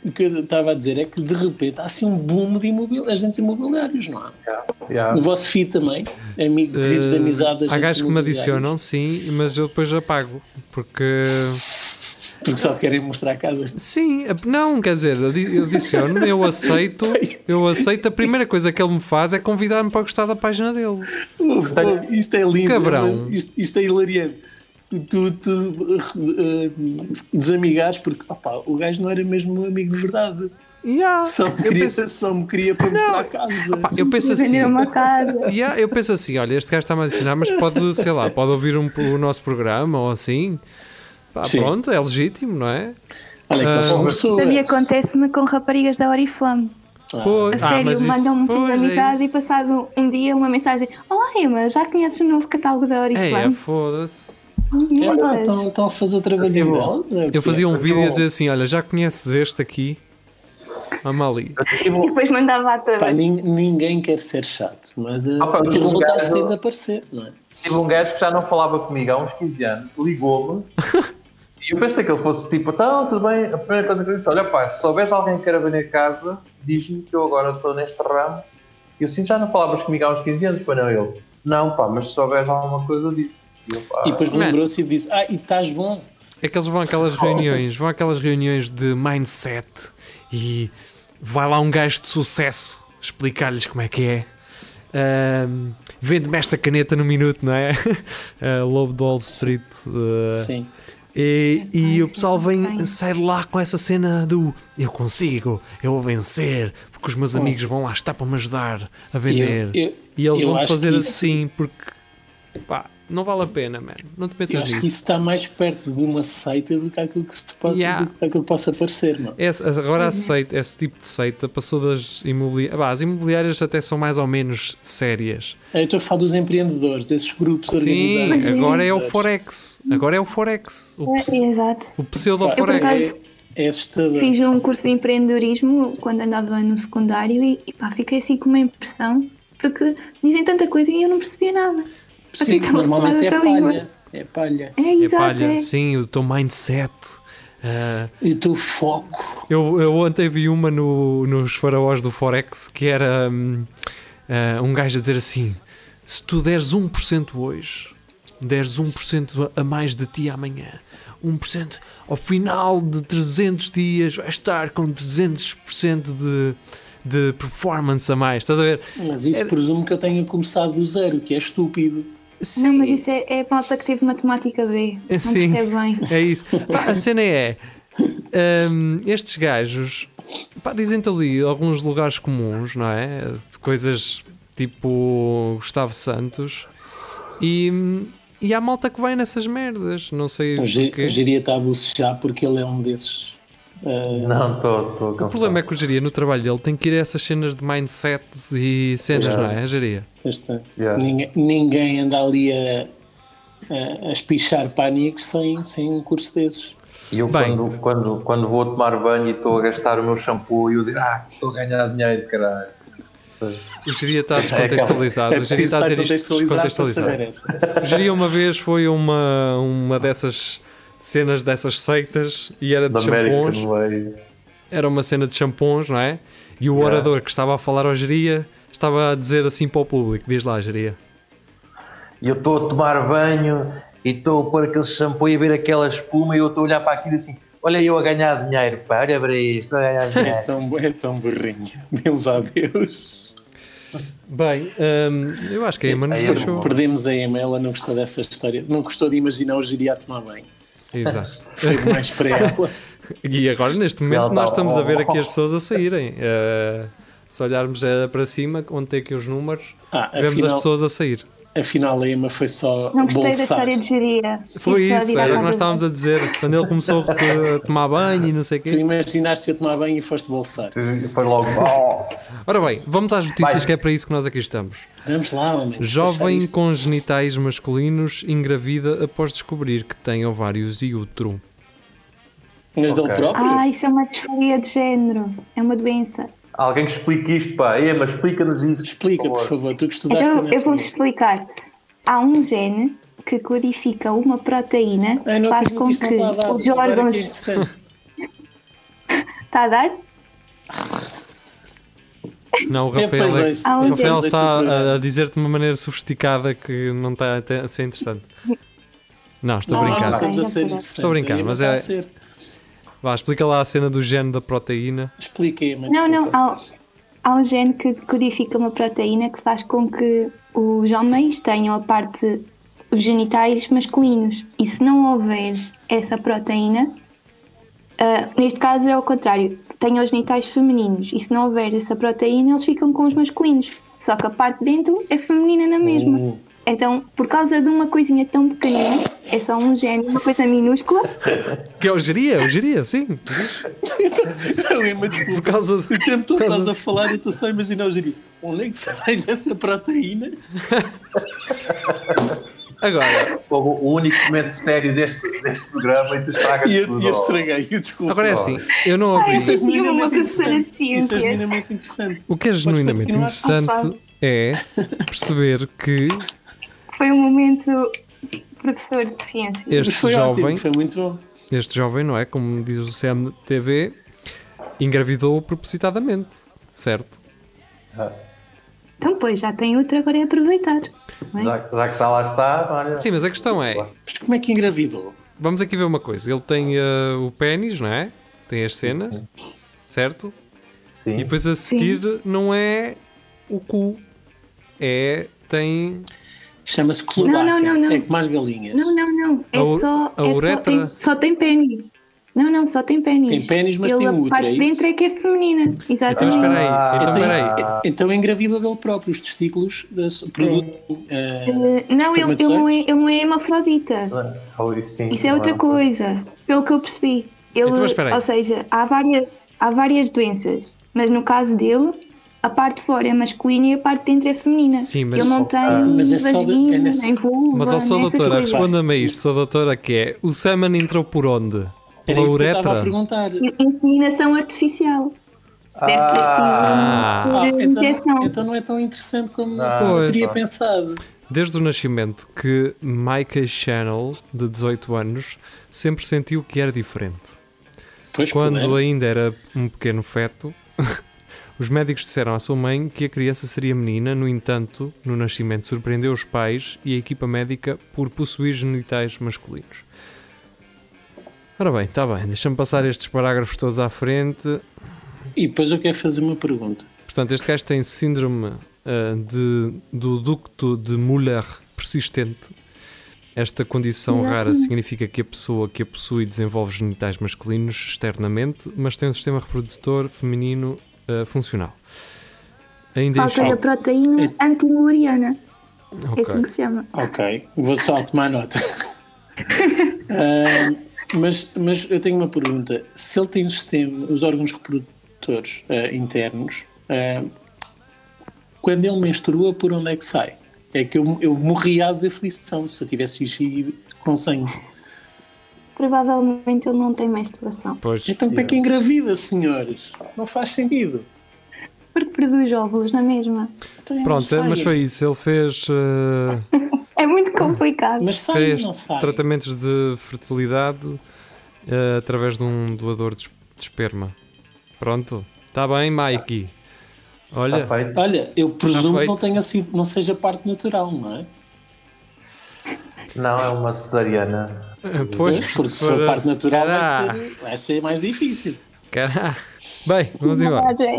[SPEAKER 2] o que eu estava a dizer é que de repente há assim um boom de imobili- agentes imobiliários, não há?
[SPEAKER 5] já.
[SPEAKER 2] No vosso feed também, amigo, redes de
[SPEAKER 3] Eh,
[SPEAKER 2] amizade,
[SPEAKER 3] É. Há
[SPEAKER 2] agentes
[SPEAKER 3] gajos que me
[SPEAKER 2] imobiliários,
[SPEAKER 3] adicionam, sim, mas eu depois apago. Porque.
[SPEAKER 2] Porque só te querem mostrar casas.
[SPEAKER 3] Sim, ap- não, quer dizer, eu di- eu adiciono, eu aceito, eu aceito. A primeira coisa que ele me faz é convidar-me para gostar da página dele.
[SPEAKER 5] Tenho-
[SPEAKER 2] Isto é lindo,
[SPEAKER 3] Cabrão.
[SPEAKER 2] mas isto, isto é hilariante. Tu, tu, tu, eh, desamigares porque opá, o gajo não era mesmo um amigo de verdade.
[SPEAKER 3] Yeah,
[SPEAKER 2] Só me
[SPEAKER 3] eu
[SPEAKER 2] queria,
[SPEAKER 3] penso-
[SPEAKER 2] só me queria para mostrar casas.
[SPEAKER 3] pá, eu penso assim.
[SPEAKER 4] Vender uma casa.
[SPEAKER 3] Yeah, eu penso assim, olha, este gajo está-me a adicionar, mas pode, sei lá, pode ouvir um- o nosso programa ou assim. Pá,
[SPEAKER 2] Sim.
[SPEAKER 3] pronto, é legítimo, não é?
[SPEAKER 2] Olha, que eles
[SPEAKER 3] Ah,
[SPEAKER 2] são pessoas.
[SPEAKER 4] Sabia acontece-me com raparigas da Oriflame.
[SPEAKER 2] Ah,
[SPEAKER 4] A
[SPEAKER 3] Pois,
[SPEAKER 4] sério,
[SPEAKER 3] isso-
[SPEAKER 4] mandam-me por
[SPEAKER 3] pois, é
[SPEAKER 4] amizade
[SPEAKER 3] isso.
[SPEAKER 4] e passado um dia uma mensagem Olá Emma, já conheces o novo catálogo da
[SPEAKER 3] É, é,
[SPEAKER 4] Oriflame?
[SPEAKER 3] foda-se.
[SPEAKER 2] é,
[SPEAKER 4] Conheces?
[SPEAKER 2] pá, estão, estão a fazer o trabalho
[SPEAKER 5] Eu-
[SPEAKER 2] deles. é,
[SPEAKER 3] Eu fazia um
[SPEAKER 5] eu-
[SPEAKER 3] vídeo a dizer assim: olha, já conheces este aqui? Ama ali.
[SPEAKER 5] Eu tive
[SPEAKER 4] E
[SPEAKER 5] um-
[SPEAKER 4] depois mandava a
[SPEAKER 2] pá,
[SPEAKER 4] todas.
[SPEAKER 2] nin- ninguém quer ser chato, mas eh,
[SPEAKER 5] Ah, pá,
[SPEAKER 2] os
[SPEAKER 5] aquele
[SPEAKER 2] resultados
[SPEAKER 5] gajo-
[SPEAKER 2] têm de aparecer, não é?
[SPEAKER 5] tive um gajo que já não falava comigo há uns 15 anos, ligou-me e eu pensei que ele fosse tipo, então, tudo bem. A primeira coisa que eu disse, olha pá, se souberes alguém que queira vir a casa, diz-me que eu agora estou neste ramo. E eu assim, já não falavas comigo há uns 15 anos, para não ele. Não, pá, mas se souberes alguma coisa, diz. E eu, pá,
[SPEAKER 2] E depois
[SPEAKER 3] Man.
[SPEAKER 2] lembrou-se e disse: Ah, e estás bom.
[SPEAKER 3] É que eles vão àquelas reuniões, vão àquelas reuniões de mindset e vai lá um gajo de sucesso explicar-lhes como é que é. Ahm, Vende-me esta caneta no minuto, não é? Ah, Lobo de Wall Street. ah,
[SPEAKER 2] Sim.
[SPEAKER 3] e, e
[SPEAKER 4] Ai,
[SPEAKER 3] o pessoal vem,
[SPEAKER 4] bem.
[SPEAKER 3] sai de lá com essa cena do eu consigo, eu vou vencer, porque os meus amigos vão lá estar para me ajudar a vender.
[SPEAKER 2] Eu, eu-
[SPEAKER 3] e eles
[SPEAKER 2] eu
[SPEAKER 3] vão
[SPEAKER 2] acho
[SPEAKER 3] fazer
[SPEAKER 2] que isso-
[SPEAKER 3] assim porque pá, não vale a pena, mano. Não te
[SPEAKER 2] eu
[SPEAKER 3] metas
[SPEAKER 2] acho
[SPEAKER 3] nisso.
[SPEAKER 2] que isso está mais perto de uma seita do que aquilo que, se possa,
[SPEAKER 3] Yeah.
[SPEAKER 2] do que aquilo que possa parecer, não?
[SPEAKER 3] Esse- agora a seita, esse tipo de seita passou das imobiliárias. Bah, as imobiliárias até são mais ou menos sérias.
[SPEAKER 2] Eu estou a falar dos empreendedores, esses grupos
[SPEAKER 3] Sim,
[SPEAKER 2] organizados.
[SPEAKER 3] agora é o Forex. Agora é o Forex. O,
[SPEAKER 4] É,
[SPEAKER 3] ps-
[SPEAKER 4] Exato.
[SPEAKER 3] o pseudo-Forex.
[SPEAKER 4] acaso-
[SPEAKER 2] É assustador.
[SPEAKER 4] Fiz um curso de empreendedorismo quando andava no secundário e, e pá, fiquei assim com uma impressão porque dizem tanta coisa e eu não percebia nada.
[SPEAKER 2] Sim,
[SPEAKER 4] Então,
[SPEAKER 2] normalmente é
[SPEAKER 4] agora acabei agora.
[SPEAKER 2] palha. É palha.
[SPEAKER 4] É
[SPEAKER 3] É
[SPEAKER 4] exato.
[SPEAKER 3] palha.
[SPEAKER 4] é.
[SPEAKER 3] Sim, o teu mindset. Ah,
[SPEAKER 2] E o teu foco.
[SPEAKER 3] eu, eu ontem vi uma no, nos faraós do Forex que era hum, ah, um gajo a dizer assim: se tu deres 1% hoje, deres 1% a mais de ti amanhã, 1% ao final de 300 dias, vais estar com 300% de, de performance a mais. Estás a ver?
[SPEAKER 2] Mas
[SPEAKER 3] É-
[SPEAKER 2] isso presumo que eu tenha começado do zero, que é estúpido.
[SPEAKER 3] Sim.
[SPEAKER 4] Não, mas isso é, é malta que teve matemática B. Não
[SPEAKER 3] Sim.
[SPEAKER 4] percebe bem.
[SPEAKER 3] É isso. Pá, a cena é. hum, estes gajos pá, dizem-te ali alguns lugares comuns, não é? Coisas tipo Gustavo Santos e, e há malta que vai nessas merdas. Não sei
[SPEAKER 2] Eu gi-
[SPEAKER 3] porquê.
[SPEAKER 2] eu diria estar a bocejar porque ele é um desses. Ah,
[SPEAKER 5] Não, estou estou
[SPEAKER 3] O problema é que o Geria no trabalho dele tem que ir a essas cenas de mindsets e cenas,
[SPEAKER 5] Yeah.
[SPEAKER 3] não é? Geria.
[SPEAKER 2] esta-
[SPEAKER 5] Yeah.
[SPEAKER 2] ninguém, ninguém anda ali a, a, a espichar pânicos sem, sem um curso desses.
[SPEAKER 5] E eu
[SPEAKER 3] Bem.
[SPEAKER 5] quando, quando, quando vou tomar banho e estou a gastar o meu shampoo e eu dizer, ah, estou a ganhar dinheiro, caralho.
[SPEAKER 3] O Geria está
[SPEAKER 2] É
[SPEAKER 3] descontextualizado. o Geria está a dizer isto descontextualizado.
[SPEAKER 2] essa.
[SPEAKER 3] Geria uma vez foi uma, uma dessas cenas dessas seitas e era de
[SPEAKER 5] Da América
[SPEAKER 3] shampoos.
[SPEAKER 5] no meio.
[SPEAKER 3] Era uma cena de shampoos, não é? E o
[SPEAKER 5] Yeah.
[SPEAKER 3] orador que estava a falar ao Geria estava a dizer assim para o público: diz lá, Geria.
[SPEAKER 5] E eu estou a tomar banho e estou a pôr aquele shampoo e a ver aquela espuma e eu estou a olhar para aquilo e assim, olha eu a ganhar dinheiro, pá, olha para isto, estou a ganhar
[SPEAKER 2] É
[SPEAKER 5] dinheiro.
[SPEAKER 2] tão, é tão burrinha. Meus adeus.
[SPEAKER 3] Bem, hum, eu acho que a Emma nos
[SPEAKER 5] Aí é
[SPEAKER 3] deixou.
[SPEAKER 5] bom.
[SPEAKER 2] Perdemos a Emma, ela não gostou dessa história. Não gostou de imaginar o Giri a tomar bem.
[SPEAKER 3] Exato.
[SPEAKER 2] Foi demais para ela.
[SPEAKER 3] E agora, neste
[SPEAKER 5] Ela
[SPEAKER 3] momento,
[SPEAKER 5] tá-
[SPEAKER 3] nós estamos a ver aqui as pessoas a saírem. Eh, se olharmos eh, para cima, onde tem aqui os números,
[SPEAKER 2] Ah,
[SPEAKER 3] vemos as
[SPEAKER 2] afinal,
[SPEAKER 3] pessoas a sair.
[SPEAKER 2] afinal a Emma foi só
[SPEAKER 4] Não gostei da
[SPEAKER 2] bolsar.
[SPEAKER 4] história de geria.
[SPEAKER 3] Foi isso,
[SPEAKER 4] é
[SPEAKER 3] era o que nós estávamos a dizer. Quando ele começou a tomar banho e não sei o
[SPEAKER 2] Tu
[SPEAKER 3] quê.
[SPEAKER 2] imaginaste eu tomar banho e foste bolsar.
[SPEAKER 5] Foi logo, oh,
[SPEAKER 3] Ora bem, vamos às notícias,
[SPEAKER 5] Vai.
[SPEAKER 3] que é para isso que nós aqui estamos.
[SPEAKER 2] Vamos lá, homem.
[SPEAKER 3] Jovem
[SPEAKER 2] Deixar isto.
[SPEAKER 3] com genitais masculinos engravida após descobrir que tem ovários e útero.
[SPEAKER 2] Mas dele
[SPEAKER 5] Ok.
[SPEAKER 2] próprio?
[SPEAKER 4] Ah, isso é uma disforia de género. É uma doença.
[SPEAKER 5] alguém que explique isto, pá, Ema, explica-nos isto.
[SPEAKER 2] Explica, por favor. Tu que estudaste
[SPEAKER 4] Então, eu vou
[SPEAKER 2] anatomia.
[SPEAKER 4] explicar. Há um gene que codifica uma proteína
[SPEAKER 2] Ah,
[SPEAKER 4] que
[SPEAKER 2] não
[SPEAKER 4] faz
[SPEAKER 2] acredito
[SPEAKER 4] com
[SPEAKER 2] isto está a
[SPEAKER 4] que
[SPEAKER 2] dar.
[SPEAKER 4] os
[SPEAKER 2] Agora que é
[SPEAKER 4] órgãos.
[SPEAKER 2] interessante.
[SPEAKER 4] Está a dar?
[SPEAKER 3] Não, o
[SPEAKER 2] É,
[SPEAKER 3] Rafael,
[SPEAKER 2] pois
[SPEAKER 3] é-
[SPEAKER 2] é isso.
[SPEAKER 4] Ah,
[SPEAKER 3] o
[SPEAKER 4] ok.
[SPEAKER 3] Rafael
[SPEAKER 2] Pois é,
[SPEAKER 3] está
[SPEAKER 2] isso,
[SPEAKER 3] a, a dizer de uma maneira sofisticada que não está até a ser interessante. Não, estou a
[SPEAKER 2] Não,
[SPEAKER 3] brincar.
[SPEAKER 2] não estamos a
[SPEAKER 4] Não,
[SPEAKER 2] ser
[SPEAKER 4] não.
[SPEAKER 2] interessantes.
[SPEAKER 3] Estou a brincar,
[SPEAKER 2] A Emma
[SPEAKER 3] mas
[SPEAKER 2] está
[SPEAKER 3] é-
[SPEAKER 2] a ser.
[SPEAKER 3] Vá, explica lá a cena do gene da proteína.
[SPEAKER 2] Explica, Emma.
[SPEAKER 4] Não, não.
[SPEAKER 2] desculpa.
[SPEAKER 4] Há, há um gene que codifica uma proteína que faz com que os homens tenham a parte. os genitais masculinos. E se não houver essa proteína. ah, neste caso é ao contrário, tenham os genitais femininos e se não houver essa proteína eles ficam com os masculinos, só que a parte de dentro é feminina na mesma.
[SPEAKER 2] Hum.
[SPEAKER 4] Então, por causa de uma coisinha tão pequenina, é só um gene, uma coisa minúscula,
[SPEAKER 3] Que é o geria, o geria, sim.
[SPEAKER 2] Não, Emma, desculpa.
[SPEAKER 3] Por causa de...
[SPEAKER 2] O tempo todo
[SPEAKER 3] Por causa-
[SPEAKER 2] estás a falar e estou só a imaginar o Giri. Onde é que se arranja essa proteína?
[SPEAKER 3] Agora,
[SPEAKER 5] O o único momento sério deste, deste programa e tu estragas
[SPEAKER 2] E eu,
[SPEAKER 5] tudo.
[SPEAKER 2] e eu
[SPEAKER 5] ó.
[SPEAKER 2] estraguei, eu desculpa.
[SPEAKER 3] agora é assim, eu não
[SPEAKER 4] Ai,
[SPEAKER 3] abri.
[SPEAKER 2] é
[SPEAKER 4] sim. Tinha uma professora de
[SPEAKER 2] Isso é
[SPEAKER 4] ciência.
[SPEAKER 2] genuinamente interessante.
[SPEAKER 3] O que é genuinamente
[SPEAKER 2] continuar.
[SPEAKER 3] interessante é perceber que
[SPEAKER 4] foi um momento professor de ciência.
[SPEAKER 2] Mas
[SPEAKER 3] este
[SPEAKER 2] foi
[SPEAKER 3] jovem
[SPEAKER 2] ótimo, foi muito bom.
[SPEAKER 3] Este jovem, não é? Como diz o CMTV, engravidou propositadamente, certo?
[SPEAKER 4] Então, pois, já tem outro, agora é aproveitar. não é?
[SPEAKER 5] Já, já que está lá está, olha.
[SPEAKER 3] Sim, mas a questão é:
[SPEAKER 2] Mas como é que engravidou?
[SPEAKER 3] vamos aqui ver uma coisa. Ele tem eh, o pênis, não é? Tem as cenas, certo?
[SPEAKER 5] Sim.
[SPEAKER 3] E depois a seguir não é o cu. É. tem.
[SPEAKER 2] Chama-se cloaca.
[SPEAKER 4] Não, não, não, não.
[SPEAKER 2] É como as galinhas.
[SPEAKER 4] Não, não, não. É
[SPEAKER 3] A u-
[SPEAKER 4] só.
[SPEAKER 3] a
[SPEAKER 4] é só,
[SPEAKER 3] uretra?
[SPEAKER 4] tem, só tem pênis. Não, não, só tem pênis.
[SPEAKER 2] Tem pênis, mas
[SPEAKER 4] Ele,
[SPEAKER 2] tem útero,
[SPEAKER 4] A parte
[SPEAKER 2] é
[SPEAKER 4] de
[SPEAKER 2] isso?
[SPEAKER 4] dentro é que é feminina.
[SPEAKER 3] Então
[SPEAKER 4] Exatamente.
[SPEAKER 3] espera
[SPEAKER 5] Ah,
[SPEAKER 3] aí. Então
[SPEAKER 2] Então,
[SPEAKER 3] espera aí.
[SPEAKER 2] é- então engravida dele próprio, os testículos eh, se- produzem. eh,
[SPEAKER 4] Eh, não, ele, ele, não é, ele não é hermafrodita.
[SPEAKER 5] Ah, isso sim,
[SPEAKER 4] Isso é
[SPEAKER 5] não
[SPEAKER 4] outra coisa, pelo que eu percebi. Ele,
[SPEAKER 3] Então, mas espera aí.
[SPEAKER 4] ou seja, há várias, há várias doenças, mas no caso dele, a parte de fora é masculina e a parte de dentro é feminina.
[SPEAKER 3] Sim, mas-
[SPEAKER 4] Ele não tem
[SPEAKER 5] Ah,
[SPEAKER 2] mas é só de-
[SPEAKER 4] vagina,
[SPEAKER 2] é nesse-
[SPEAKER 4] nem vulva,
[SPEAKER 3] Mas ó, só
[SPEAKER 4] nem essas
[SPEAKER 3] doutora,
[SPEAKER 4] coisas.
[SPEAKER 3] responda-me a isto. Só doutora, que é. O Saman entrou por onde?
[SPEAKER 2] Era
[SPEAKER 3] Pela
[SPEAKER 2] isso que eu estava a
[SPEAKER 3] uretra?
[SPEAKER 2] perguntar.
[SPEAKER 4] Inseminação artificial. Deve ter
[SPEAKER 5] Ah.
[SPEAKER 4] sido
[SPEAKER 2] Ah,
[SPEAKER 4] por
[SPEAKER 2] então,
[SPEAKER 4] injeção.
[SPEAKER 2] então não é tão interessante como
[SPEAKER 5] Ah,
[SPEAKER 2] como eu teria
[SPEAKER 5] pois.
[SPEAKER 2] pensado.
[SPEAKER 3] Desde o nascimento que Micah Channel, de 18 anos, sempre sentiu que era diferente.
[SPEAKER 2] Pois né?
[SPEAKER 3] Quando
[SPEAKER 2] puder.
[SPEAKER 3] ainda era um pequeno feto, os médicos disseram à sua mãe que a criança seria menina, no entanto, no nascimento surpreendeu os pais e a equipa médica por possuir genitais masculinos. Ora bem, está bem, deixa-me passar estes parágrafos todos à frente.
[SPEAKER 2] E depois eu quero fazer uma pergunta.
[SPEAKER 3] Portanto, este gajo tem síndrome ah, de, do ducto de Müller persistente. Esta condição rara significa que a pessoa que a possui desenvolve genitais masculinos externamente, mas tem um sistema reprodutor feminino ah, funcional. Ainda em
[SPEAKER 4] Falta-lhe a
[SPEAKER 3] choque.
[SPEAKER 4] proteína antimulariana, é assim
[SPEAKER 3] Ok.
[SPEAKER 4] que se chama.
[SPEAKER 2] Ok, vou só tomar nota. Ah, mas, mas eu tenho uma pergunta. Se ele tem o sistema, os órgãos reprodutores ah, internos, ah, quando ele menstrua, por onde é que sai? É que eu, eu morria de aflição se eu tivesse xixi com sangue.
[SPEAKER 4] Provavelmente ele não tem menstruação,
[SPEAKER 3] Pois,
[SPEAKER 2] Então para que engravida, senhores? Não faz sentido.
[SPEAKER 4] porque produz óvulos na mesma.
[SPEAKER 2] Então, eu não
[SPEAKER 3] pronto,
[SPEAKER 2] saio.
[SPEAKER 3] mas foi isso. Ele fez, ah,
[SPEAKER 4] É muito complicado.
[SPEAKER 2] Mas sai ou
[SPEAKER 3] fez
[SPEAKER 2] não sai?
[SPEAKER 3] tratamentos de fertilidade ah, através de um doador de, es- de esperma. Pronto, está bem, Mikey. Olha,
[SPEAKER 5] Está feito.
[SPEAKER 2] Olha, eu presumo que
[SPEAKER 3] feito.
[SPEAKER 2] não, tenha sido, não seja parte natural, não é?
[SPEAKER 5] Não, é uma cesariana.
[SPEAKER 3] eh, Pois,
[SPEAKER 2] Porque se for parte natural vai
[SPEAKER 3] Cará,
[SPEAKER 2] ser, vai ser mais difícil.
[SPEAKER 3] cará. Bem, vamos embora.
[SPEAKER 4] Mas, é.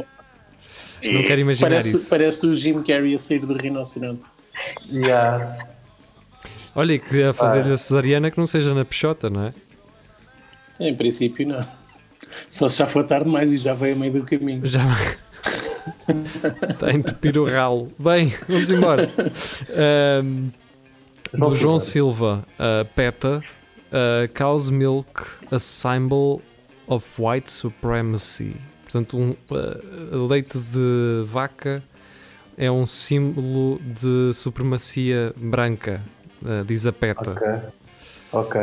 [SPEAKER 3] Não quero imaginar
[SPEAKER 2] parece,
[SPEAKER 3] isso.
[SPEAKER 2] parece o Jim Carrey a sair do rinoceronte.
[SPEAKER 5] Yeah.
[SPEAKER 3] Olha, que a fazer a cesariana que não seja na peixota, não é?
[SPEAKER 2] Em princípio, não. Só se já for tarde demais e já veio a meio do caminho.
[SPEAKER 3] Já Está a entupir o ralo. Bem, vamos embora. Ahm, do João Silva, ah, PETA, ah, Cow's Milk, a Symbol of White Supremacy. Portanto, um, ah, leite de vaca é um símbolo de supremacia branca, ah, diz a PETA.
[SPEAKER 5] Ok. Ok.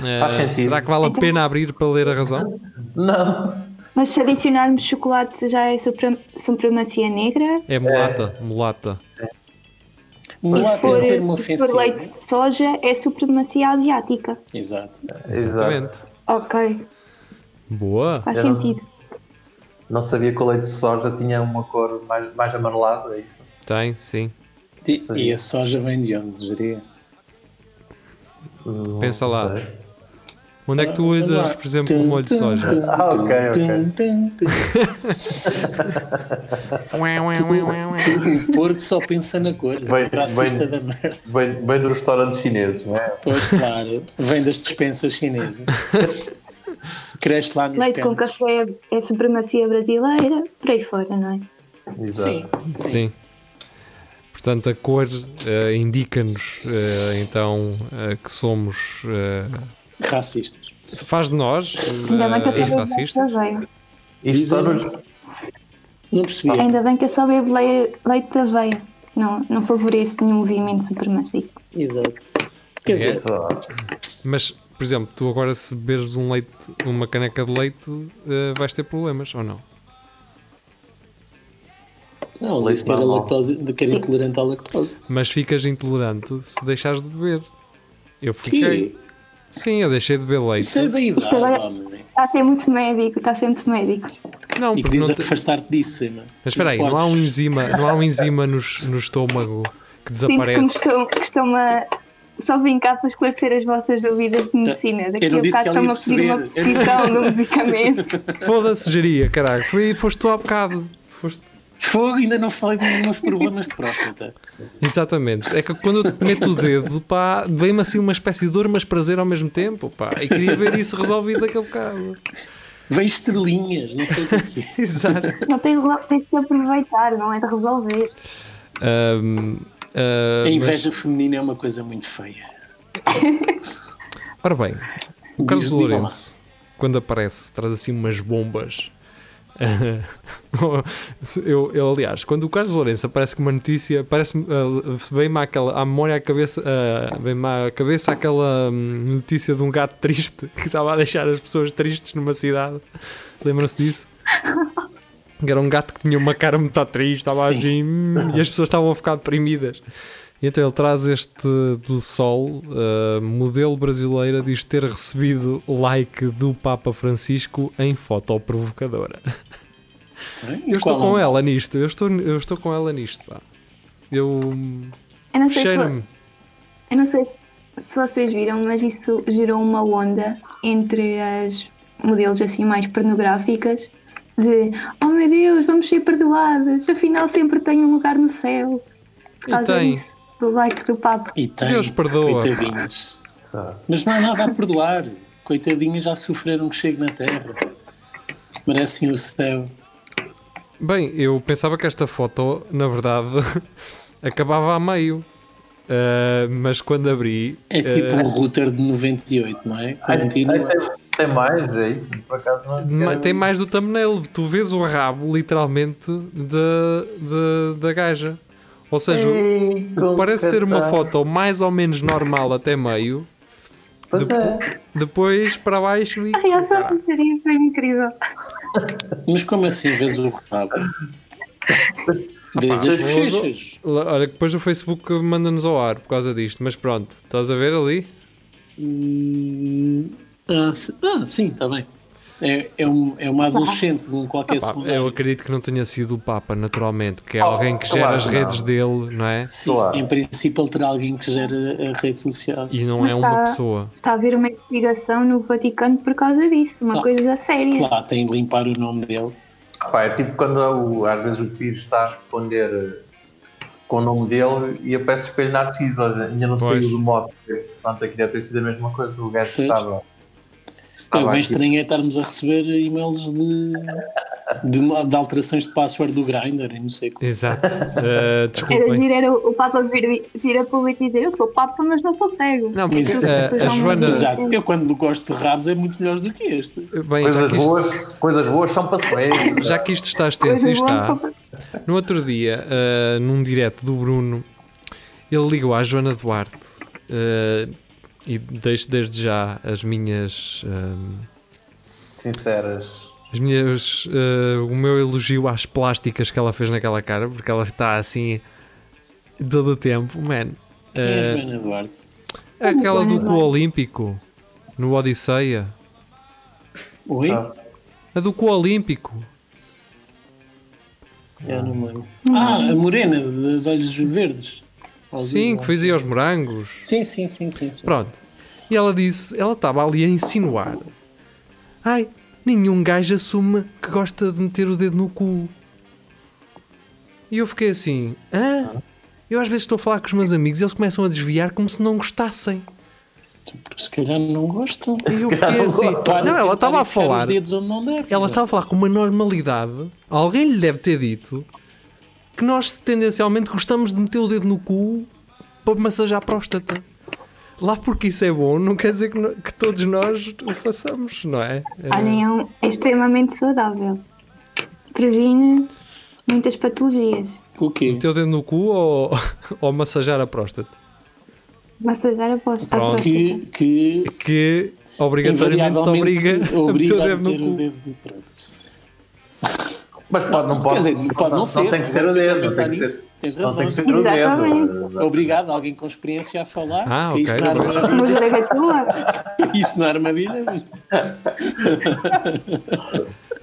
[SPEAKER 3] Ah,
[SPEAKER 5] Faz sentido.
[SPEAKER 3] será que vale a pena abrir para ler a razão?
[SPEAKER 5] Não.
[SPEAKER 4] mas se adicionarmos chocolate já é supre- supremacia negra?
[SPEAKER 3] É mulata, mulata.
[SPEAKER 2] Não há
[SPEAKER 4] se
[SPEAKER 2] até
[SPEAKER 4] for,
[SPEAKER 2] um termo
[SPEAKER 4] se for
[SPEAKER 2] ofensivo.
[SPEAKER 4] leite de soja é supremacia asiática?
[SPEAKER 2] Exato.
[SPEAKER 5] Exato.
[SPEAKER 3] Exatamente.
[SPEAKER 4] Ok,
[SPEAKER 5] É.
[SPEAKER 3] Boa.
[SPEAKER 4] faz
[SPEAKER 5] Eu não-
[SPEAKER 4] sentido.
[SPEAKER 5] Não sabia que o leite de soja tinha uma cor mais, mais amarelada, é isso?
[SPEAKER 3] Tem, sim.
[SPEAKER 2] E, e a soja vem de onde, diria?
[SPEAKER 5] Não
[SPEAKER 3] Pensa lá.
[SPEAKER 5] sei.
[SPEAKER 3] Onde é que tu usas, por exemplo, um molho de soja?
[SPEAKER 5] Ah, ok, ok.
[SPEAKER 2] O Tipo, um porco só pensa na cor.
[SPEAKER 5] Bem-
[SPEAKER 2] Racista
[SPEAKER 5] bem-
[SPEAKER 2] da merda.
[SPEAKER 5] Bem, bem do restaurante chinês, não é?
[SPEAKER 2] Pois claro, vem das dispensas chinesas. Cresce lá nos
[SPEAKER 4] Leite com
[SPEAKER 2] campos.
[SPEAKER 4] café é supremacia brasileira, por aí fora, não é?
[SPEAKER 5] Exato.
[SPEAKER 2] Sim, sim.
[SPEAKER 3] Sim. Portanto, a cor eh, indica-nos, eh, então, eh, que somos. eh,
[SPEAKER 2] Racistas.
[SPEAKER 3] faz de nós
[SPEAKER 4] Ainda bem que
[SPEAKER 3] eh,
[SPEAKER 4] eu só bebo leite de
[SPEAKER 3] racistas.
[SPEAKER 4] aveia.
[SPEAKER 5] Isto só nos.
[SPEAKER 2] Não percebi.
[SPEAKER 4] Ainda bem que eu só bebo le- leite de aveia. Não, não favorece nenhum movimento supremacista.
[SPEAKER 2] Exato. Quer dizer,
[SPEAKER 5] Só-
[SPEAKER 3] Mas, por exemplo, tu agora, se beberes um leite, uma caneca de leite, eh, vais ter problemas ou não?
[SPEAKER 2] não, ele
[SPEAKER 5] Leite
[SPEAKER 2] disse que era,
[SPEAKER 5] normal.
[SPEAKER 2] lactose, que era intolerante à lactose.
[SPEAKER 3] Mas ficas intolerante se deixares de beber. Eu fiquei.
[SPEAKER 2] Que?
[SPEAKER 3] Sim, eu deixei de beber leite.
[SPEAKER 2] Isso é da idade,
[SPEAKER 4] Isto agora-
[SPEAKER 2] homem.
[SPEAKER 4] Está a ser muito médico, está a ser muito médico.
[SPEAKER 3] Não,
[SPEAKER 2] E que
[SPEAKER 3] porque
[SPEAKER 2] diz
[SPEAKER 3] não te...
[SPEAKER 2] afastar-te disso, é? irmão.
[SPEAKER 3] Mas espera aí, não há um enzima, não há um enzima nos- no, estômago que
[SPEAKER 4] Sinto que me
[SPEAKER 3] desaparece.
[SPEAKER 4] estão, que estão a, só vim cá para esclarecer as vossas dúvidas de medicina. Daqui
[SPEAKER 2] Eu não
[SPEAKER 4] a
[SPEAKER 2] disse que
[SPEAKER 4] bocado
[SPEAKER 2] ela ia
[SPEAKER 4] estão-me a pedir uma
[SPEAKER 2] perceber. Eu não
[SPEAKER 4] petição do medicamento.
[SPEAKER 3] Foda-se, geria, caralho. Foi, foste tu há bocado. Foste...
[SPEAKER 2] Fogo, ainda não falei dos meus problemas de próstata.
[SPEAKER 3] Exatamente. É que quando eu te meto o dedo, pá, vem-me assim uma espécie de dor, mas prazer ao mesmo tempo, pá. E queria ver isso resolvido daqui a bocado.
[SPEAKER 2] Vejo estrelinhas, não sei o que é que é.
[SPEAKER 3] Exato.
[SPEAKER 4] Não tens, lá- tens de aproveitar, não é de resolver.
[SPEAKER 3] Ahm, ah,
[SPEAKER 2] A
[SPEAKER 3] mas-
[SPEAKER 2] inveja feminina é uma coisa muito feia.
[SPEAKER 3] Ora bem, o Carlos
[SPEAKER 2] Diz, diga lá.
[SPEAKER 3] Lourenço, quando aparece, traz assim umas bombas. eu, eu, aliás, quando o Carlos Lourenço aparece com uma notícia, parece bem-me àquela, à memória à cabeça, ah, vem-me à cabeça aquela hum, notícia de um gato triste que estava a deixar as pessoas tristes numa cidade. Lembram-se disso? Que era um gato que tinha uma cara muito triste, estava
[SPEAKER 2] Sim.
[SPEAKER 3] assim "Hum", e as pessoas estavam a ficar deprimidas. E então ele traz este do Sol, eh, modelo brasileira, diz ter recebido like do Papa Francisco em foto provocadora. Eu estou
[SPEAKER 2] Qual é?
[SPEAKER 3] com ela nisto, eu estou, eu estou com ela nisto. Pá. Eu.
[SPEAKER 4] Eu não sei se-
[SPEAKER 3] Cheira-me.
[SPEAKER 4] Eu não sei se vocês viram, mas isso gerou uma onda entre as modelos assim mais pornográficas de oh meu Deus, vamos ser perdoadas, afinal sempre tenho um lugar no céu. Por
[SPEAKER 3] E
[SPEAKER 4] causa
[SPEAKER 3] tem.
[SPEAKER 4] disso, do like do papo.
[SPEAKER 2] E tem,
[SPEAKER 3] Deus perdoa.
[SPEAKER 2] coitadinhas.
[SPEAKER 5] Ah.
[SPEAKER 2] Mas não há nada a perdoar. Coitadinhas já sofreram que chegue na terra. Merecem o céu.
[SPEAKER 3] Bem, eu pensava que esta foto, na verdade, acabava a meio. Eh, mas quando abri.
[SPEAKER 2] É tipo
[SPEAKER 3] eh,
[SPEAKER 2] um router de 98, não é?
[SPEAKER 5] Ai, ai,
[SPEAKER 2] Continua.
[SPEAKER 5] tem, tem mais, é isso? Por acaso não sequer-
[SPEAKER 3] Ma- Tem mais do thumbnail, tu vês o rabo literalmente da, da, da gaja. Ou seja,
[SPEAKER 5] Ei,
[SPEAKER 3] o que parece ser uma
[SPEAKER 5] tá.
[SPEAKER 3] foto mais ou menos normal até meio,
[SPEAKER 5] Pois é.
[SPEAKER 3] depois para baixo e.
[SPEAKER 4] A reação da Maria foi incrível.
[SPEAKER 2] Mas como assim vês o rabo? Vês as bochechas.
[SPEAKER 3] Lá- Olha, que depois o Facebook manda-nos ao ar por causa disto, mas pronto, estás a ver ali?
[SPEAKER 2] Hum, ah, se- ah, sim, está bem. É, é, um- é uma adolescente de um qualquer
[SPEAKER 3] Pá,
[SPEAKER 2] secundário.
[SPEAKER 3] eu acredito que não tenha sido o Papa, naturalmente, que é alguém que gera
[SPEAKER 5] claro
[SPEAKER 3] as
[SPEAKER 5] que
[SPEAKER 3] redes
[SPEAKER 5] não.
[SPEAKER 3] dele, não é?
[SPEAKER 2] Sim,
[SPEAKER 5] Claro.
[SPEAKER 2] em princípio ele terá alguém que gera a rede social.
[SPEAKER 3] E não
[SPEAKER 4] Mas tá.
[SPEAKER 3] é uma
[SPEAKER 4] está-
[SPEAKER 3] pessoa.
[SPEAKER 4] Está a haver uma investigação no Vaticano por causa disso, uma
[SPEAKER 2] Claro.
[SPEAKER 4] coisa séria.
[SPEAKER 2] Claro, tem de limpar o nome dele.
[SPEAKER 5] Pá, é tipo quando o- às vezes o Pires está a responder eh, com o nome dele e aparece o espelho Narciso, olha, ainda não
[SPEAKER 3] Pois.
[SPEAKER 5] saiu do modo. Portanto, aqui deve ter sido a mesma coisa, o gajo
[SPEAKER 2] Pois.
[SPEAKER 5] estava.
[SPEAKER 3] Tá
[SPEAKER 2] é
[SPEAKER 5] estava
[SPEAKER 2] bem
[SPEAKER 5] aqui.
[SPEAKER 2] estranho é estarmos a receber e-mails de, de, de alterações de password do Grindr e não sei como.
[SPEAKER 3] Exato. Eh,
[SPEAKER 4] Era
[SPEAKER 3] desculpem.
[SPEAKER 4] giro, era o o Papa vir, vir a público dizer eu sou Papa, mas não sou cego.
[SPEAKER 3] Não, porque,
[SPEAKER 4] Aquilo que
[SPEAKER 3] eh,
[SPEAKER 4] depois
[SPEAKER 3] a
[SPEAKER 4] há um-
[SPEAKER 3] Joana-
[SPEAKER 2] Exato, eu quando gosto de rabos é muito melhor do que este.
[SPEAKER 3] Bem, já
[SPEAKER 5] Coisas
[SPEAKER 3] que isto-
[SPEAKER 5] boas, coisas boas são para cegos.
[SPEAKER 3] Já que isto está
[SPEAKER 4] Coisas
[SPEAKER 3] extenso e está,
[SPEAKER 4] boas.
[SPEAKER 3] no outro dia, ah, num direto do Bruno, ele ligou à Joana Duarte ah, e deixo desde já as minhas. ah,
[SPEAKER 5] é? Sinceras.
[SPEAKER 3] as minhas, eh, o meu elogio às plásticas que ela fez naquela cara, porque ela está assim todo o tempo, man.
[SPEAKER 2] Quem é a
[SPEAKER 3] Eh,
[SPEAKER 2] Joana Duarte?
[SPEAKER 3] é aquela do
[SPEAKER 4] Joana
[SPEAKER 3] cu olímpico no Odisseia.
[SPEAKER 2] Oi?
[SPEAKER 3] tá.
[SPEAKER 5] Ah.
[SPEAKER 3] A do cu olímpico.
[SPEAKER 2] Eu não me lembro. Ah, a Morena, dos olhos verdes. Aos
[SPEAKER 3] Sim,
[SPEAKER 2] olhos
[SPEAKER 3] que fazia aos morangos.
[SPEAKER 2] Sim, sim, sim, sim. sim.
[SPEAKER 3] Pronto. E ela disse, ela estava ali a insinuar. Ai, nenhum gajo assume que gosta de meter o dedo no cu. E eu fiquei assim, hã? Eu às vezes estou a falar com os meus amigos e eles começam a desviar como se não gostassem.
[SPEAKER 2] Porque se calhar não gostam.
[SPEAKER 3] E eu fiquei assim,
[SPEAKER 2] Para
[SPEAKER 3] não, ela
[SPEAKER 2] tentar
[SPEAKER 3] estava a
[SPEAKER 2] enfiar tá Os
[SPEAKER 3] falar,
[SPEAKER 2] dedos onde não deve.
[SPEAKER 3] ela estava a falar com uma normalidade. Alguém lhe deve ter dito que nós tendencialmente gostamos de meter o dedo no cu para massajar a próstata. Lá porque isso é bom, não quer dizer que, no- que todos nós o façamos, não é? É-
[SPEAKER 4] Olhem, é, um- é extremamente saudável. Previne muitas patologias.
[SPEAKER 2] O quê?
[SPEAKER 3] Meter o dedo no cu ou, ou massajar a próstata?
[SPEAKER 4] Massajar a posta.
[SPEAKER 3] Pronto.
[SPEAKER 2] Que, que
[SPEAKER 3] Que obrigatoriamente te obriga, a
[SPEAKER 2] invariavelmente
[SPEAKER 3] meter
[SPEAKER 2] obriga
[SPEAKER 3] o
[SPEAKER 2] a
[SPEAKER 3] dedo
[SPEAKER 2] meter
[SPEAKER 3] no
[SPEAKER 2] o
[SPEAKER 3] cu.
[SPEAKER 2] dedo no cu.
[SPEAKER 5] Mas pode, não
[SPEAKER 2] Quer
[SPEAKER 5] pode.
[SPEAKER 2] dizer, pode não ser,
[SPEAKER 5] tem que ser o
[SPEAKER 2] agora
[SPEAKER 5] dedo.
[SPEAKER 2] fiquei a
[SPEAKER 5] Não
[SPEAKER 2] pensar
[SPEAKER 5] tem que
[SPEAKER 2] nisso.
[SPEAKER 5] ser,
[SPEAKER 2] Tens
[SPEAKER 5] não tem que
[SPEAKER 2] razão.
[SPEAKER 5] ser o dedo.
[SPEAKER 4] Exatamente.
[SPEAKER 5] Exato.
[SPEAKER 2] Obrigado, alguém com experiência a falar.
[SPEAKER 3] Ah,
[SPEAKER 2] Caíste
[SPEAKER 3] ok,
[SPEAKER 2] na
[SPEAKER 3] ok.
[SPEAKER 2] armadilha.
[SPEAKER 4] Uma gargatoa.
[SPEAKER 2] Isso na é armadilha, mas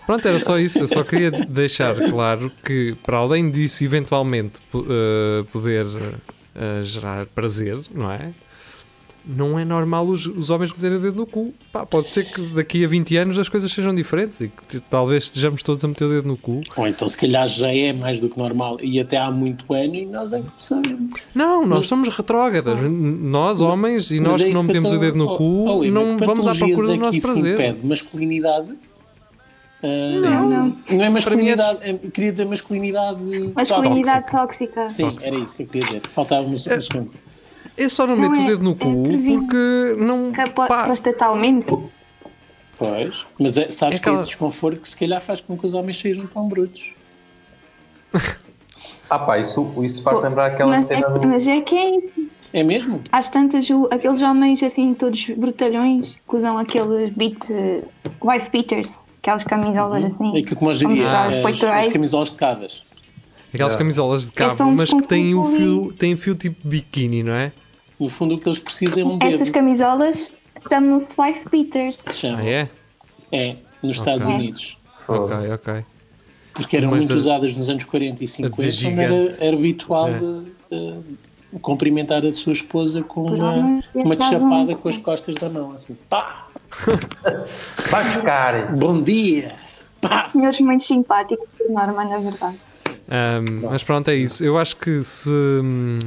[SPEAKER 3] Pronto, era só isso. Eu só queria deixar claro que, para além disso, eventualmente po- eh, poder eh, gerar prazer, não é? não é normal os, os homens meterem o dedo no cu. Pá, pode ser que daqui a 20 anos as coisas sejam diferentes e que t- talvez estejamos todos a meter o dedo no cu.
[SPEAKER 2] Ou então, se calhar, já é mais do que normal e até há muito ano e nós é que não sabemos.
[SPEAKER 3] Não, nós somos retrógradas. N- Nós, homens, e
[SPEAKER 2] Oh. Mas
[SPEAKER 3] nós
[SPEAKER 2] é
[SPEAKER 3] que
[SPEAKER 2] isso
[SPEAKER 3] não metemos
[SPEAKER 2] eu
[SPEAKER 3] o
[SPEAKER 2] tô-
[SPEAKER 3] dedo no
[SPEAKER 2] Oh,
[SPEAKER 3] cu,
[SPEAKER 2] oh, Ivan,
[SPEAKER 3] não
[SPEAKER 2] que
[SPEAKER 3] vamos à
[SPEAKER 2] patologias
[SPEAKER 3] procura do
[SPEAKER 2] é que
[SPEAKER 3] nosso
[SPEAKER 2] isso
[SPEAKER 3] prazer.
[SPEAKER 2] impede? masculinidade. Ah,
[SPEAKER 4] Não, não.
[SPEAKER 2] Não é
[SPEAKER 3] mim é des-
[SPEAKER 2] masculinidade, é- queria dizer masculinidade.
[SPEAKER 4] Masculinidade tóxica.
[SPEAKER 2] Tá Sim, era isso que eu queria dizer. Faltava-me
[SPEAKER 3] É-
[SPEAKER 2] um segundo.
[SPEAKER 3] Eu só não
[SPEAKER 4] Não
[SPEAKER 3] meto o
[SPEAKER 4] é-
[SPEAKER 3] dedo no
[SPEAKER 4] é
[SPEAKER 3] cu
[SPEAKER 4] prevenido.
[SPEAKER 3] porque não.
[SPEAKER 4] Que apo-
[SPEAKER 3] pá,
[SPEAKER 4] Prostatalmente.
[SPEAKER 2] Pois. Mas é- sabes
[SPEAKER 3] É
[SPEAKER 2] que é
[SPEAKER 3] aquela-
[SPEAKER 2] esse desconforto que se calhar faz com que os homens sejam tão brutos.
[SPEAKER 5] Ah pá, isso, isso faz lembrar aquela
[SPEAKER 4] Mas é,
[SPEAKER 5] cena do...
[SPEAKER 4] mas é que é isso.
[SPEAKER 2] É mesmo?
[SPEAKER 4] Às tantas, o- aqueles homens assim, todos brutalhões, que usam aqueles beat, eh, wife beaters, aquelas camisolas assim.
[SPEAKER 2] É que, como eu
[SPEAKER 4] onde
[SPEAKER 2] diria,
[SPEAKER 4] está os
[SPEAKER 2] as, as
[SPEAKER 4] peitorais.
[SPEAKER 2] camisolas de cavas.
[SPEAKER 3] Aquelas
[SPEAKER 5] Yeah.
[SPEAKER 3] camisolas de
[SPEAKER 4] só
[SPEAKER 3] cabo,
[SPEAKER 4] um
[SPEAKER 3] mas que têm o fio,
[SPEAKER 4] desconforto.
[SPEAKER 3] têm fio tipo biquíni, não é?
[SPEAKER 2] No fundo, o que eles precisam é um dedo.
[SPEAKER 4] Essas camisolas chamam-se wife beaters.
[SPEAKER 2] se chama.
[SPEAKER 3] Ah, é?
[SPEAKER 2] É, nos Estados
[SPEAKER 4] Ok.
[SPEAKER 2] Unidos.
[SPEAKER 3] Ok, ok.
[SPEAKER 2] Porque eram
[SPEAKER 3] Mas
[SPEAKER 2] muito
[SPEAKER 3] a-
[SPEAKER 2] usadas nos anos 40 e
[SPEAKER 3] a dizer
[SPEAKER 2] 50, onde era,
[SPEAKER 3] gigante.
[SPEAKER 2] era habitual
[SPEAKER 3] É.
[SPEAKER 2] de, de cumprimentar a sua esposa com uma,
[SPEAKER 4] homens,
[SPEAKER 2] uma
[SPEAKER 4] é que
[SPEAKER 2] chapada
[SPEAKER 4] davam-
[SPEAKER 2] com as costas da mão. Assim, pá,
[SPEAKER 5] Vai buscar!
[SPEAKER 2] bom dia, pá.
[SPEAKER 4] Senhores muito simpáticos, por norma, na verdade.
[SPEAKER 3] Ahm, mas pronto, é isso. Eu acho que se. hum,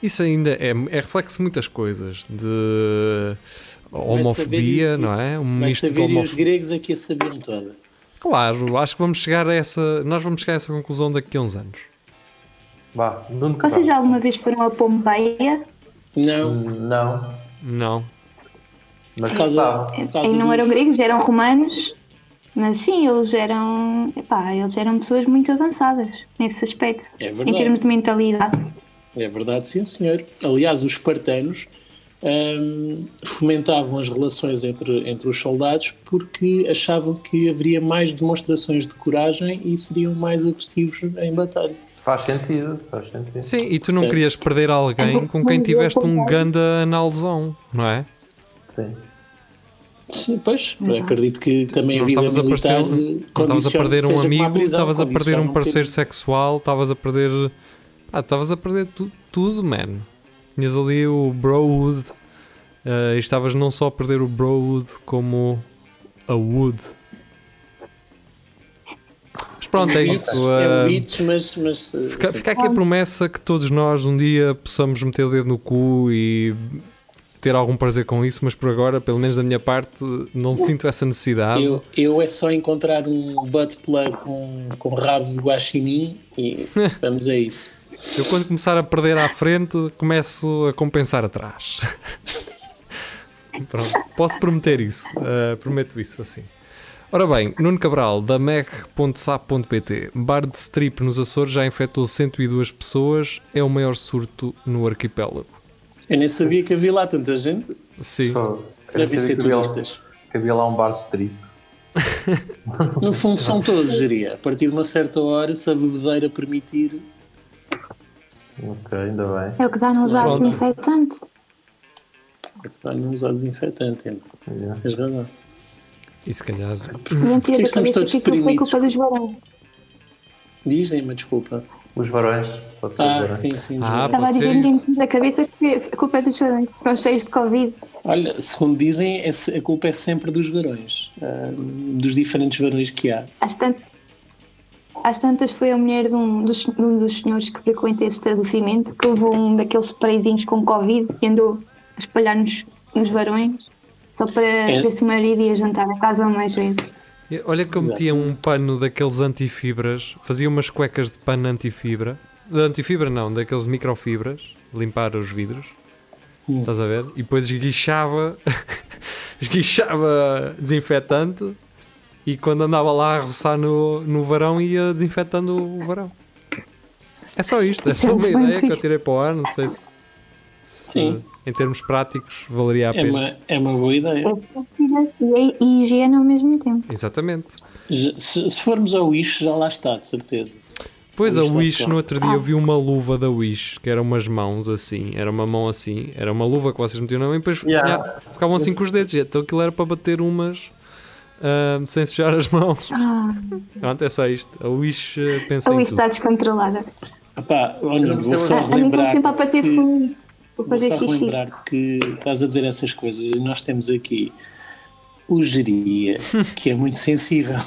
[SPEAKER 3] Isso ainda é, é reflexo de muitas coisas. De homofobia,
[SPEAKER 2] saber-
[SPEAKER 3] não é? Um
[SPEAKER 2] Vai
[SPEAKER 3] misto de
[SPEAKER 2] saber, e os
[SPEAKER 3] homofobia.
[SPEAKER 2] gregos aqui a sabiam toda.
[SPEAKER 3] Claro, acho que vamos chegar a essa. Nós vamos chegar a essa conclusão daqui a uns anos.
[SPEAKER 5] Vá,
[SPEAKER 2] Tá
[SPEAKER 5] nunca
[SPEAKER 4] Vocês já alguma vez foram a Pompeia?
[SPEAKER 2] Não,
[SPEAKER 5] Não,
[SPEAKER 3] Não.
[SPEAKER 5] mas
[SPEAKER 2] por
[SPEAKER 5] gostava.
[SPEAKER 2] causa, por causa
[SPEAKER 4] E não
[SPEAKER 2] dos-
[SPEAKER 4] eram gregos, eram romanos. Mas sim, eles eram, epá, eles eram pessoas muito avançadas nesse aspecto,
[SPEAKER 2] É
[SPEAKER 4] em termos
[SPEAKER 2] verdade,
[SPEAKER 4] de mentalidade.
[SPEAKER 2] é verdade, sim senhor. Aliás, os espartanos hum, fomentavam as relações entre, entre os soldados porque achavam que haveria mais demonstrações de coragem e seriam mais agressivos em batalha.
[SPEAKER 5] Faz sentido, faz sentido.
[SPEAKER 3] Sim, e tu não querias perder alguém com quem tiveste um ganda analzão, não é?
[SPEAKER 5] Sim.
[SPEAKER 2] Sim, pois, acredito que também a
[SPEAKER 3] Não
[SPEAKER 2] vida
[SPEAKER 3] estavas a,
[SPEAKER 2] militar
[SPEAKER 3] parecer-
[SPEAKER 2] eh,
[SPEAKER 3] não estavas a
[SPEAKER 2] condiciona-
[SPEAKER 3] perder
[SPEAKER 2] seja
[SPEAKER 3] um
[SPEAKER 2] como a
[SPEAKER 3] amigo,
[SPEAKER 2] prisão,
[SPEAKER 3] estavas a perder
[SPEAKER 2] condiciona
[SPEAKER 3] um
[SPEAKER 2] um
[SPEAKER 3] parceiro
[SPEAKER 2] bocadinho.
[SPEAKER 3] sexual, estavas a perder. Ah, estavas a perder tu- tudo, man. Tinhas ali o Browood eh, e estavas não só a perder o Browood como a Wood. Mas pronto, é
[SPEAKER 2] Bits,
[SPEAKER 3] isso.
[SPEAKER 2] É
[SPEAKER 3] eh,
[SPEAKER 2] bits, mas. mas eh,
[SPEAKER 3] Fica,
[SPEAKER 2] sim.
[SPEAKER 3] fica aqui a promessa que todos nós um dia possamos meter o dedo no cu e ter algum prazer com isso, mas por agora, pelo menos da minha parte, não sinto essa necessidade.
[SPEAKER 2] Eu, eu é só encontrar um butt plug com, com rabo de guaxinim e vamos a isso.
[SPEAKER 3] Eu quando começar a perder à frente, começo a compensar atrás. Pronto, posso prometer isso. eh, prometo isso assim. Ora bem, Nuno Cabral, da Mac.sap.pt. Bar de strip nos Açores já infectou 102 pessoas, é o maior surto no arquipélago.
[SPEAKER 2] Eu nem sabia que havia lá tanta gente.
[SPEAKER 3] Sim.
[SPEAKER 5] Pô, eu
[SPEAKER 2] Devem
[SPEAKER 5] sabia
[SPEAKER 2] ser
[SPEAKER 5] que havia lá-
[SPEAKER 2] turistas.
[SPEAKER 5] Que havia lá um bar strip.
[SPEAKER 2] No fundo, são todos, diria. A partir de uma certa hora, se a bebedeira permitir,
[SPEAKER 5] Ok, ainda bem.
[SPEAKER 4] É o que dá não usar
[SPEAKER 3] Pronto.
[SPEAKER 4] desinfetante.
[SPEAKER 2] é não usar desinfetante.
[SPEAKER 5] Yeah.
[SPEAKER 2] Tens razão.
[SPEAKER 3] E se calhar
[SPEAKER 4] Deviam ter
[SPEAKER 2] que
[SPEAKER 4] a
[SPEAKER 2] estamos
[SPEAKER 4] cabeça
[SPEAKER 2] todos
[SPEAKER 4] que aquilo foi
[SPEAKER 2] deprimidos?
[SPEAKER 4] culpa dos varões.
[SPEAKER 2] Dizem-me, desculpa.
[SPEAKER 5] Os varões, pode ser
[SPEAKER 2] Ah,
[SPEAKER 5] varões.
[SPEAKER 2] sim, sim.
[SPEAKER 3] Ah,
[SPEAKER 2] verdade.
[SPEAKER 4] Estava a
[SPEAKER 3] Pode ser
[SPEAKER 4] dizer ninguém
[SPEAKER 3] isso.
[SPEAKER 4] tinha a cabeça que a culpa é dos varões, que estão cheios de Covid.
[SPEAKER 2] Olha, segundo dizem, é se- a culpa é sempre dos varões, ah, dos diferentes varões que há.
[SPEAKER 3] Tá
[SPEAKER 4] Às tantas, às tantas foi a mulher de um dos, de um dos senhores que frequenta esse estabelecimento que levou um daqueles sprayzinhos com Covid e andou a espalhar nos, nos varões só para
[SPEAKER 2] É.
[SPEAKER 4] ver se o marido ia jantar a casa mais vezes.
[SPEAKER 3] Eu- Olha que eu metia um pano daqueles antifibras, fazia umas cuecas de pano antifibra. De antifibra não, daqueles microfibras, limpar os vidros. Estás a ver? E depois esguichava, esguichava desinfetante e quando andava lá a roçar no, no varão ia desinfetando o varão. É só isto, é só uma
[SPEAKER 4] Muito bem
[SPEAKER 3] ideia que eu
[SPEAKER 4] visto.
[SPEAKER 3] tirei para o ar, não sei se, se,
[SPEAKER 2] Sim.
[SPEAKER 3] em termos práticos valeria a
[SPEAKER 2] É
[SPEAKER 3] pena.
[SPEAKER 2] uma, é uma boa
[SPEAKER 4] É
[SPEAKER 2] ideia.
[SPEAKER 4] prática e é higiene ao mesmo tempo.
[SPEAKER 3] Exatamente.
[SPEAKER 2] Já- Se, se formos ao Ixo, já lá está, de certeza.
[SPEAKER 3] Pois
[SPEAKER 2] O
[SPEAKER 3] a
[SPEAKER 2] Wish lá
[SPEAKER 3] Wish,
[SPEAKER 2] está.
[SPEAKER 3] no outro dia eu vi uma luva da Wish, que eram umas mãos assim, era uma mão assim, era uma luva que vocês metiam na mão e depois
[SPEAKER 5] Yeah.
[SPEAKER 3] yeah, ficavam assim com os dedos, então aquilo era para bater umas ah, sem sujar as mãos.
[SPEAKER 4] Ah,
[SPEAKER 3] Pronto, é só isto. A Wish eh, pensa
[SPEAKER 4] ou
[SPEAKER 3] em
[SPEAKER 4] isto
[SPEAKER 3] tudo.
[SPEAKER 4] está descontrolada. Ah,
[SPEAKER 2] Epá, olha,
[SPEAKER 5] não
[SPEAKER 2] vou
[SPEAKER 5] percebo
[SPEAKER 2] só
[SPEAKER 5] nada.
[SPEAKER 4] A mim está
[SPEAKER 2] relembrar
[SPEAKER 4] sempre a aparecer
[SPEAKER 2] que
[SPEAKER 4] fluidos. Vou
[SPEAKER 2] Vou
[SPEAKER 4] fazer
[SPEAKER 2] só
[SPEAKER 4] xixi.
[SPEAKER 2] relembrar-te que estás a dizer essas coisas e nós temos aqui o geria, que é muito sensível.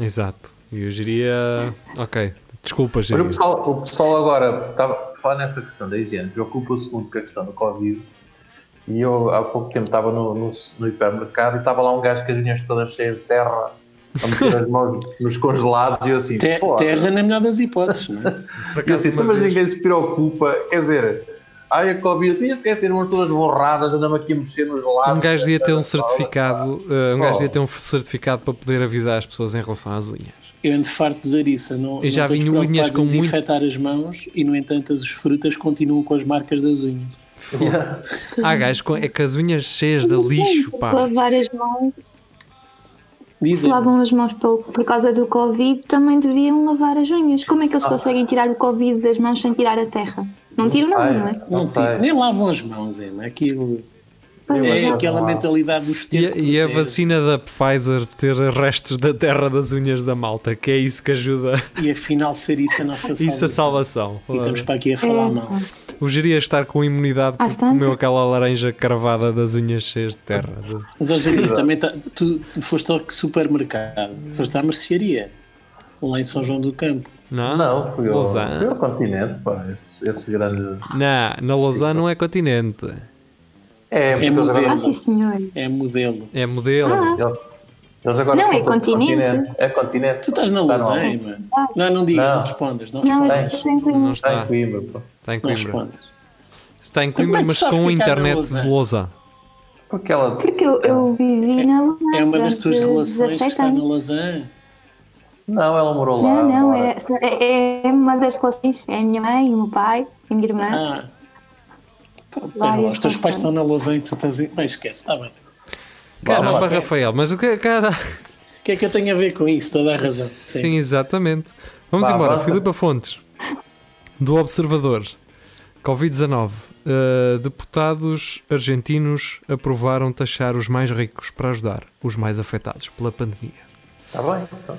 [SPEAKER 3] Exato. E eu diria. Ok. Desculpa,
[SPEAKER 5] Mas o
[SPEAKER 3] Jeria.
[SPEAKER 5] pessoal, o pessoal agora estava a falar nessa questão da higiene, preocupa-se muito com a questão do Covid. E eu há pouco tempo estava no, no, no hipermercado e estava lá um gajo com as unhas todas cheias de terra, a meter as mãos nos congelados e eu assim,
[SPEAKER 2] Te-
[SPEAKER 5] "Foda-se."
[SPEAKER 2] terra, na melhor das hipóteses, não é?
[SPEAKER 3] Por
[SPEAKER 5] E eu assim,
[SPEAKER 3] acaso, uma
[SPEAKER 5] mas
[SPEAKER 3] vez-
[SPEAKER 5] ninguém se preocupa, quer dizer, ai a Covid, tinhas que ter mãos todas borradas, andamos aqui a mexer nos lados.
[SPEAKER 3] Um gajo devia ter um
[SPEAKER 5] Olha,
[SPEAKER 3] certificado, uh, um gajo
[SPEAKER 5] Oh.
[SPEAKER 3] devia ter um certificado para poder avisar as pessoas em relação às unhas.
[SPEAKER 2] Eu ando farto de zariça. Não,
[SPEAKER 3] Eu já
[SPEAKER 2] não
[SPEAKER 3] vi
[SPEAKER 2] estou
[SPEAKER 3] unhas
[SPEAKER 2] preocupado em
[SPEAKER 3] com muito-
[SPEAKER 2] desinfetar as mãos e, no entanto, as frutas continuam com as marcas das unhas.
[SPEAKER 3] Há gajos com, é com as unhas cheias de lixo, pá.
[SPEAKER 4] Lavar as mãos, se
[SPEAKER 2] Dizem,
[SPEAKER 4] lavam as mãos pelo- por causa do Covid, também deviam lavar as unhas. Como é que eles conseguem tirar o Covid das mãos sem tirar a terra? Não tiram
[SPEAKER 5] sei,
[SPEAKER 4] nada, não é?
[SPEAKER 5] Não
[SPEAKER 2] não
[SPEAKER 5] sei.
[SPEAKER 2] ti- nem lavam as mãos, é, não é? Aquilo,
[SPEAKER 5] Eu
[SPEAKER 2] é
[SPEAKER 5] acho que
[SPEAKER 2] aquela
[SPEAKER 5] não há.
[SPEAKER 2] mentalidade dos
[SPEAKER 3] E,
[SPEAKER 2] tempos.
[SPEAKER 3] a- e a
[SPEAKER 2] é-
[SPEAKER 3] vacina da Pfizer ter restos da terra das unhas da malta, que é isso que ajuda
[SPEAKER 2] E afinal, zariça a nossa salvação.
[SPEAKER 3] isso é a salvação.
[SPEAKER 2] E estamos para aqui a falar mal.
[SPEAKER 3] O geria estar com imunidade
[SPEAKER 4] Ah,
[SPEAKER 3] porque
[SPEAKER 4] está?
[SPEAKER 3] comeu aquela laranja cravada das unhas cheias de terra.
[SPEAKER 2] Mas hoje em dia também tá- tu foste ao que supermercado, foste à mercearia, lá em São João do Campo.
[SPEAKER 3] Não?
[SPEAKER 5] Não, fui ao,
[SPEAKER 3] Lausanne.
[SPEAKER 5] fui ao continente, pá, esse, esse grande.
[SPEAKER 3] Não, na Lausanne não é continente.
[SPEAKER 5] É, porque eles agora-
[SPEAKER 4] Ah,
[SPEAKER 2] modelo.
[SPEAKER 4] sim, senhor.
[SPEAKER 2] É modelo.
[SPEAKER 3] é modelo.
[SPEAKER 4] Ah.
[SPEAKER 5] Eles, eles agora
[SPEAKER 4] Não,
[SPEAKER 5] são
[SPEAKER 4] é
[SPEAKER 5] todos
[SPEAKER 4] continente.
[SPEAKER 5] É continente.
[SPEAKER 2] Tu estás na
[SPEAKER 5] Está no-
[SPEAKER 2] Lausanne, mano. Não, não digas, não,
[SPEAKER 5] Não.
[SPEAKER 2] respondas, não
[SPEAKER 4] Não, é
[SPEAKER 2] respondas.
[SPEAKER 4] eu estou em
[SPEAKER 3] Não é
[SPEAKER 4] Coimbra.
[SPEAKER 5] Está
[SPEAKER 3] está.
[SPEAKER 5] em Coimbra, pá.
[SPEAKER 3] Está em
[SPEAKER 2] Não
[SPEAKER 3] Coimbra.
[SPEAKER 2] respondas.
[SPEAKER 3] Está em
[SPEAKER 2] Como é
[SPEAKER 3] Coimbra,
[SPEAKER 2] que
[SPEAKER 3] mas
[SPEAKER 2] sabes
[SPEAKER 3] com
[SPEAKER 2] que é cá na
[SPEAKER 3] internet de
[SPEAKER 2] Lausanne?
[SPEAKER 3] Lousa.
[SPEAKER 5] Porque ela.
[SPEAKER 4] Porque eu, eu vivi na Luanda
[SPEAKER 2] É uma das tuas
[SPEAKER 4] durante
[SPEAKER 2] relações que
[SPEAKER 4] 17
[SPEAKER 2] está na
[SPEAKER 4] anos.
[SPEAKER 2] Lausanne.
[SPEAKER 5] Não, ela morou lá.
[SPEAKER 4] Não, não,
[SPEAKER 5] mora.
[SPEAKER 4] é, é, é uma das relações. É a minha mãe, o meu pai, a minha irmã.
[SPEAKER 2] Ah. Pá, pera
[SPEAKER 4] Lá
[SPEAKER 2] lá,
[SPEAKER 4] eu
[SPEAKER 2] os teus
[SPEAKER 4] estou
[SPEAKER 2] pais
[SPEAKER 4] bem.
[SPEAKER 2] estão na Lausanne e tu estás em... Bem, esquece, está bem.
[SPEAKER 3] Caramba,
[SPEAKER 5] Vá lá.
[SPEAKER 3] Rafael, mas o que é cara.
[SPEAKER 2] O que é que eu tenho a ver com isso? Toda a razão.
[SPEAKER 3] Sim,
[SPEAKER 2] Sim.
[SPEAKER 3] exatamente. Vamos
[SPEAKER 5] Vá,
[SPEAKER 3] embora.
[SPEAKER 5] basta.
[SPEAKER 3] Filipe Fontes, do Observador. Covid-19. Uh, deputados argentinos aprovaram taxar os mais ricos para ajudar os mais afetados pela pandemia.
[SPEAKER 5] Está bem, então.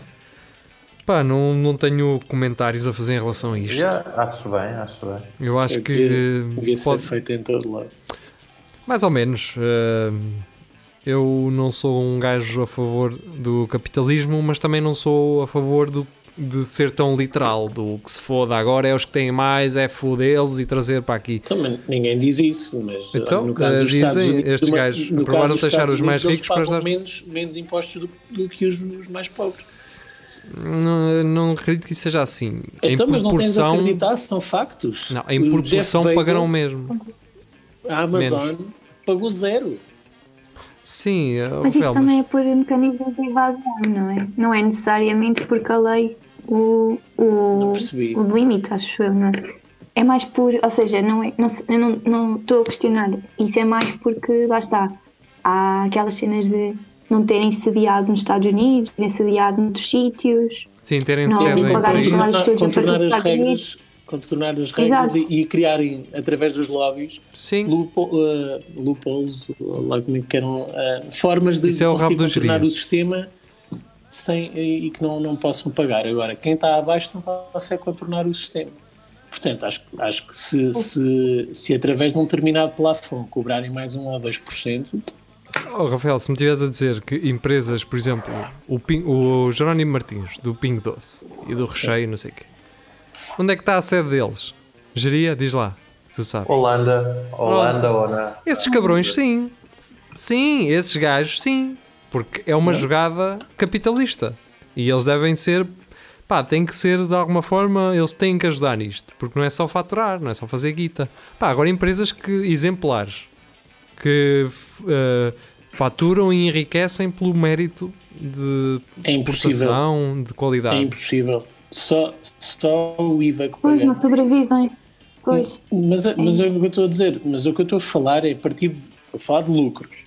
[SPEAKER 3] Pá, não, não tenho comentários a fazer em relação a isto.
[SPEAKER 5] Já, acho bem, acho bem.
[SPEAKER 3] Eu acho
[SPEAKER 2] Eu
[SPEAKER 3] que
[SPEAKER 2] devia-
[SPEAKER 3] eh,
[SPEAKER 2] devia ser
[SPEAKER 3] pode-
[SPEAKER 2] feito em todo lado.
[SPEAKER 3] mais ou menos. eh, eu não sou um gajo a favor do capitalismo, mas também não sou a favor do- de ser tão literal do que se foda agora é os que têm mais, é fodê-los e trazer para aqui.
[SPEAKER 2] Também, ninguém diz isso, mas ah,
[SPEAKER 3] Então,
[SPEAKER 2] no caso dos
[SPEAKER 3] eh,
[SPEAKER 2] Estados
[SPEAKER 3] dizem,
[SPEAKER 2] Unidos,
[SPEAKER 3] estes
[SPEAKER 2] no-
[SPEAKER 3] gajos
[SPEAKER 2] no caso
[SPEAKER 3] aprovaram
[SPEAKER 2] dos
[SPEAKER 3] taxar
[SPEAKER 2] Estados
[SPEAKER 3] os mais
[SPEAKER 2] Unidos,
[SPEAKER 3] ricos para
[SPEAKER 2] eles pagam
[SPEAKER 3] ajudar.
[SPEAKER 2] menos, menos impostos do, do que os, os mais pobres.
[SPEAKER 3] Não, não acredito que isso seja assim.
[SPEAKER 2] Então,
[SPEAKER 3] em
[SPEAKER 2] mas não tens de
[SPEAKER 3] proporção,
[SPEAKER 2] acreditar, são factos.
[SPEAKER 3] não, em
[SPEAKER 2] O Jeff
[SPEAKER 3] proporção
[SPEAKER 2] Bezos,
[SPEAKER 3] pagarão mesmo.
[SPEAKER 2] A Amazon pagou zero.
[SPEAKER 3] Sim, eh,
[SPEAKER 4] Mas isso
[SPEAKER 3] Rafael,
[SPEAKER 4] também é por mecanismos de invasão, não é? Não é necessariamente porque a lei o, o,
[SPEAKER 2] Não percebi.
[SPEAKER 4] o limite, acho eu, não é? É mais por, ou seja, não é, não, se- eu não, não estou a questionar. Isso é mais porque, lá está, há aquelas cenas de não terem sediado nos Estados Unidos, terem sediado noutros sítios.
[SPEAKER 3] sim, terem
[SPEAKER 4] não,
[SPEAKER 3] sede
[SPEAKER 4] vim
[SPEAKER 3] em
[SPEAKER 4] pagar
[SPEAKER 3] países-
[SPEAKER 4] os salários todos a
[SPEAKER 2] contornar
[SPEAKER 4] partir dos
[SPEAKER 2] as
[SPEAKER 4] Estados
[SPEAKER 2] regras, contornar as regras
[SPEAKER 4] Exato.
[SPEAKER 2] e, e criarem, através dos lobbies,
[SPEAKER 3] Sim,
[SPEAKER 2] loophole- eh, loopholes, lá como é que eram, eh, formas de
[SPEAKER 3] Isso é o rabo
[SPEAKER 2] conseguir
[SPEAKER 3] do
[SPEAKER 2] contornar
[SPEAKER 3] geria.
[SPEAKER 2] o sistema sem, e, e que não, não possam pagar. Agora, quem está abaixo não consegue contornar o sistema. Portanto, acho, acho que se, se, se através de um determinado plafond cobrarem mais 1 ou 2%,
[SPEAKER 3] Oh, Rafael, se me tivesse a dizer que empresas, por exemplo, o, Pin- o Jerónimo Martins, do Pingo Doce e do Recheio, não sei o quê, onde é que está a sede deles? Geria, diz lá, tu sabes.
[SPEAKER 5] Holanda, Holanda ou não?
[SPEAKER 3] Esses cabrões, sim. Sim, esses gajos, sim. Porque é uma jogada capitalista. E eles devem ser. Pá, tem que ser de alguma forma, eles têm que ajudar nisto. Porque não é só faturar, não é só fazer guita. Pá, agora empresas que, exemplares que f- eh, faturam e enriquecem pelo mérito de
[SPEAKER 2] É impossível.
[SPEAKER 3] exportação, de
[SPEAKER 2] é
[SPEAKER 3] qualidade.
[SPEAKER 2] impossível. Só, só o IVA que
[SPEAKER 4] Pois, não
[SPEAKER 2] pagamos.
[SPEAKER 4] sobrevivem. Pois.
[SPEAKER 2] Mas, mas é o que eu estou a dizer, mas o que eu estou a falar é a partir de, estou a falar de lucros.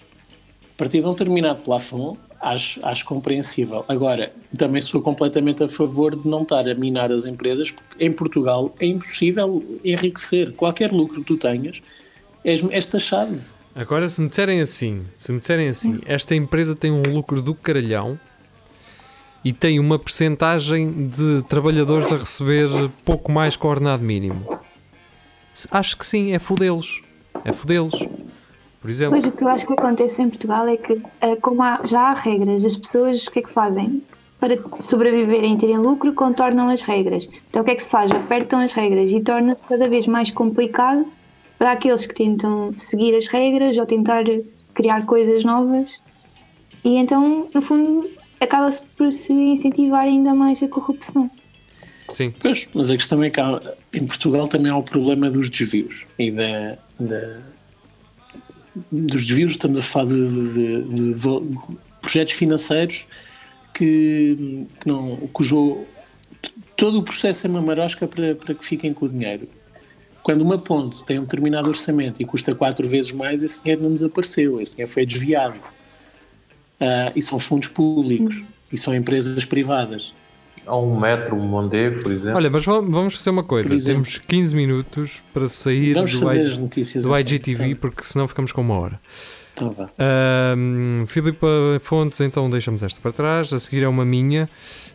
[SPEAKER 2] A partir de um determinado plafond, acho, acho compreensível. Agora, também sou completamente a favor de não estar a minar as empresas, porque em Portugal é impossível enriquecer. Qualquer lucro que tu tenhas és, és taxado.
[SPEAKER 3] Agora, se me disserem assim, se me disserem assim, esta empresa tem um lucro do caralhão e tem uma percentagem de trabalhadores a receber pouco mais que o ordenado mínimo. Se- Acho que sim, é fodê-los. É fodê-los. Por exemplo.
[SPEAKER 4] Pois o que eu acho que acontece em Portugal é que, eh, como há- já há regras, as pessoas o que é que fazem? Para sobreviverem e terem lucro, contornam as regras. Então o que é que se faz? Apertam as regras e torna-se cada vez mais complicado para aqueles que tentam seguir as regras ou tentar criar coisas novas. E então, no fundo, acaba-se por se incentivar ainda mais a corrupção.
[SPEAKER 3] Sim.
[SPEAKER 2] Pois, mas a questão é que há- em Portugal também há o problema dos desvios e da. da- dos desvios, estamos a falar de, de- de- de vo- projetos financeiros que, que não, cujo todo o processo é uma marosca para, para que fiquem com o dinheiro. Quando uma ponte tem um determinado orçamento e custa quatro vezes mais, esse dinheiro não desapareceu, esse dinheiro foi desviado. Ah, e são fundos
[SPEAKER 3] Hum.
[SPEAKER 2] públicos, e são empresas privadas.
[SPEAKER 5] Há um metro, um mondego, por exemplo.
[SPEAKER 3] Olha, mas vam- vamos fazer uma coisa.
[SPEAKER 2] Por exemplo.
[SPEAKER 3] Temos 15 minutos para sair
[SPEAKER 2] Vamos
[SPEAKER 3] do,
[SPEAKER 2] fazer
[SPEAKER 3] I-
[SPEAKER 2] as notícias.
[SPEAKER 3] do
[SPEAKER 2] então.
[SPEAKER 3] IGTV, porque senão ficamos com uma hora.
[SPEAKER 2] Então vá.
[SPEAKER 3] Ahm, Filipa Fontes, então deixamos esta para trás. A seguir é uma minha.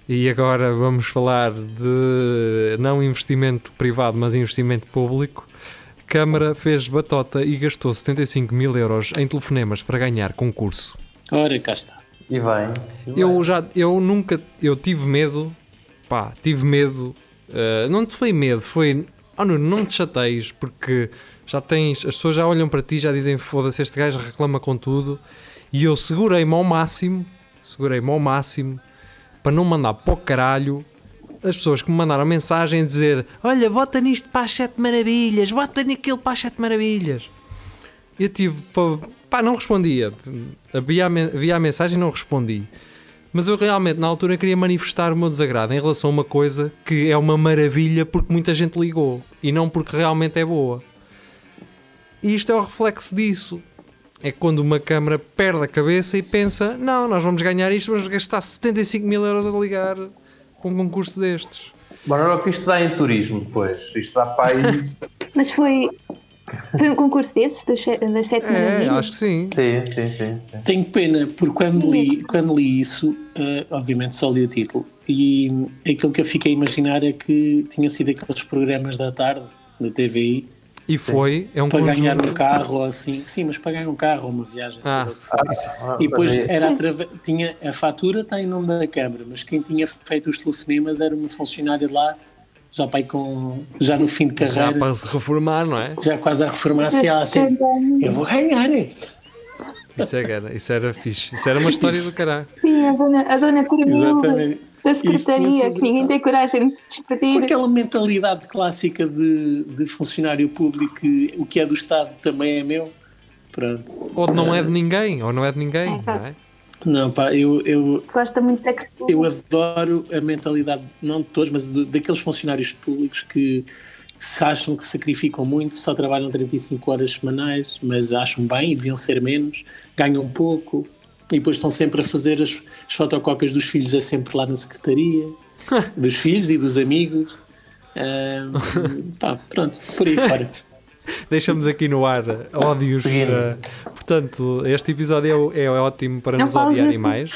[SPEAKER 3] E agora vamos falar de não investimento privado, mas investimento público. Câmara fez batota e gastou 75 mil euros em telefonemas para ganhar concurso.
[SPEAKER 2] Ora, cá está.
[SPEAKER 5] E vem.
[SPEAKER 3] Eu já, eu nunca, eu tive medo, pá, tive medo, uh, não te foi medo, foi, oh Nuno, não te chateies, porque já tens, as pessoas já olham para ti, já dizem, foda-se, este gajo reclama com tudo, e eu segurei-me ao máximo, segurei-me ao máximo, para não mandar para o caralho as pessoas que me mandaram mensagem a dizer, olha, vota nisto para as sete maravilhas, vota naquilo para as sete maravilhas. Eu tive, pá, pá, não respondia, havia a men- havia a mensagem e não respondi. Mas eu realmente, na altura, queria manifestar o meu desagrado em relação a uma coisa que é uma maravilha porque muita gente ligou e não porque realmente é boa. E isto é o reflexo disso. É quando uma câmara perde a cabeça e pensa: não, nós vamos ganhar isto, vamos gastar 75 mil euros a ligar com um concurso destes.
[SPEAKER 5] Mas olha o que isto dá em turismo depois. Isto dá para aí.
[SPEAKER 4] Mas foi, foi um concurso desses, das, se- das sete
[SPEAKER 3] É,
[SPEAKER 4] maravilhas?
[SPEAKER 3] acho que sim.
[SPEAKER 5] sim, sim, sim. sim.
[SPEAKER 2] Tenho pena, porque quando li, quando li isso, eh, obviamente só li o título, e aquilo que eu fiquei a imaginar é que tinha sido aqueles programas da tarde, da TVI,
[SPEAKER 3] E foi, é um
[SPEAKER 2] para ganhar um
[SPEAKER 3] conjunto.
[SPEAKER 2] carro ou assim. Sim, mas para ganhar um carro ou uma viagem. sei
[SPEAKER 3] Ah,
[SPEAKER 2] lá o que for. E
[SPEAKER 5] é-
[SPEAKER 2] depois era atrave- tinha, a fatura está em nome da Câmara, mas quem tinha feito os telefonemas era uma funcionária lá, já pai com já no fim de
[SPEAKER 3] já
[SPEAKER 2] carreira,
[SPEAKER 3] para se reformar, não é?
[SPEAKER 2] já, quase a reformar-se e ela
[SPEAKER 4] Mas
[SPEAKER 2] assim,
[SPEAKER 4] também-
[SPEAKER 2] eu vou ganhar, hein?
[SPEAKER 3] Isso, é que era, isso era fixe. Isso era uma história do caralho.
[SPEAKER 4] Sim, a dona, a dona Carmila
[SPEAKER 2] Exatamente.
[SPEAKER 4] da
[SPEAKER 2] Isso tinha
[SPEAKER 4] secretaria,
[SPEAKER 2] sido
[SPEAKER 4] que ninguém tem coragem de
[SPEAKER 2] Com
[SPEAKER 4] despedir.
[SPEAKER 2] aquela mentalidade clássica de, de funcionário público que o que é do Estado também é meu. Pronto.
[SPEAKER 3] Ou não é de ninguém, ou não é de ninguém,
[SPEAKER 4] Exato.
[SPEAKER 3] não é?
[SPEAKER 2] Não, pá, eu, eu,
[SPEAKER 4] Gosta muito da questão.
[SPEAKER 2] eu adoro a mentalidade, não de todos, mas de- daqueles funcionários públicos que se acham que sacrificam muito, só trabalham 35 horas semanais, mas acham bem e deviam ser menos, ganham pouco e depois estão sempre a fazer as, as fotocópias dos filhos, é sempre lá na secretaria, dos filhos e dos amigos. Ahm, pá, pronto, por aí fora.
[SPEAKER 3] Deixamos aqui no ar ódios.
[SPEAKER 5] Seguindo.
[SPEAKER 3] eh, portanto, este episódio é, é ótimo para
[SPEAKER 4] Não
[SPEAKER 3] nos
[SPEAKER 4] fales
[SPEAKER 3] odiarem
[SPEAKER 4] assim.
[SPEAKER 3] mais.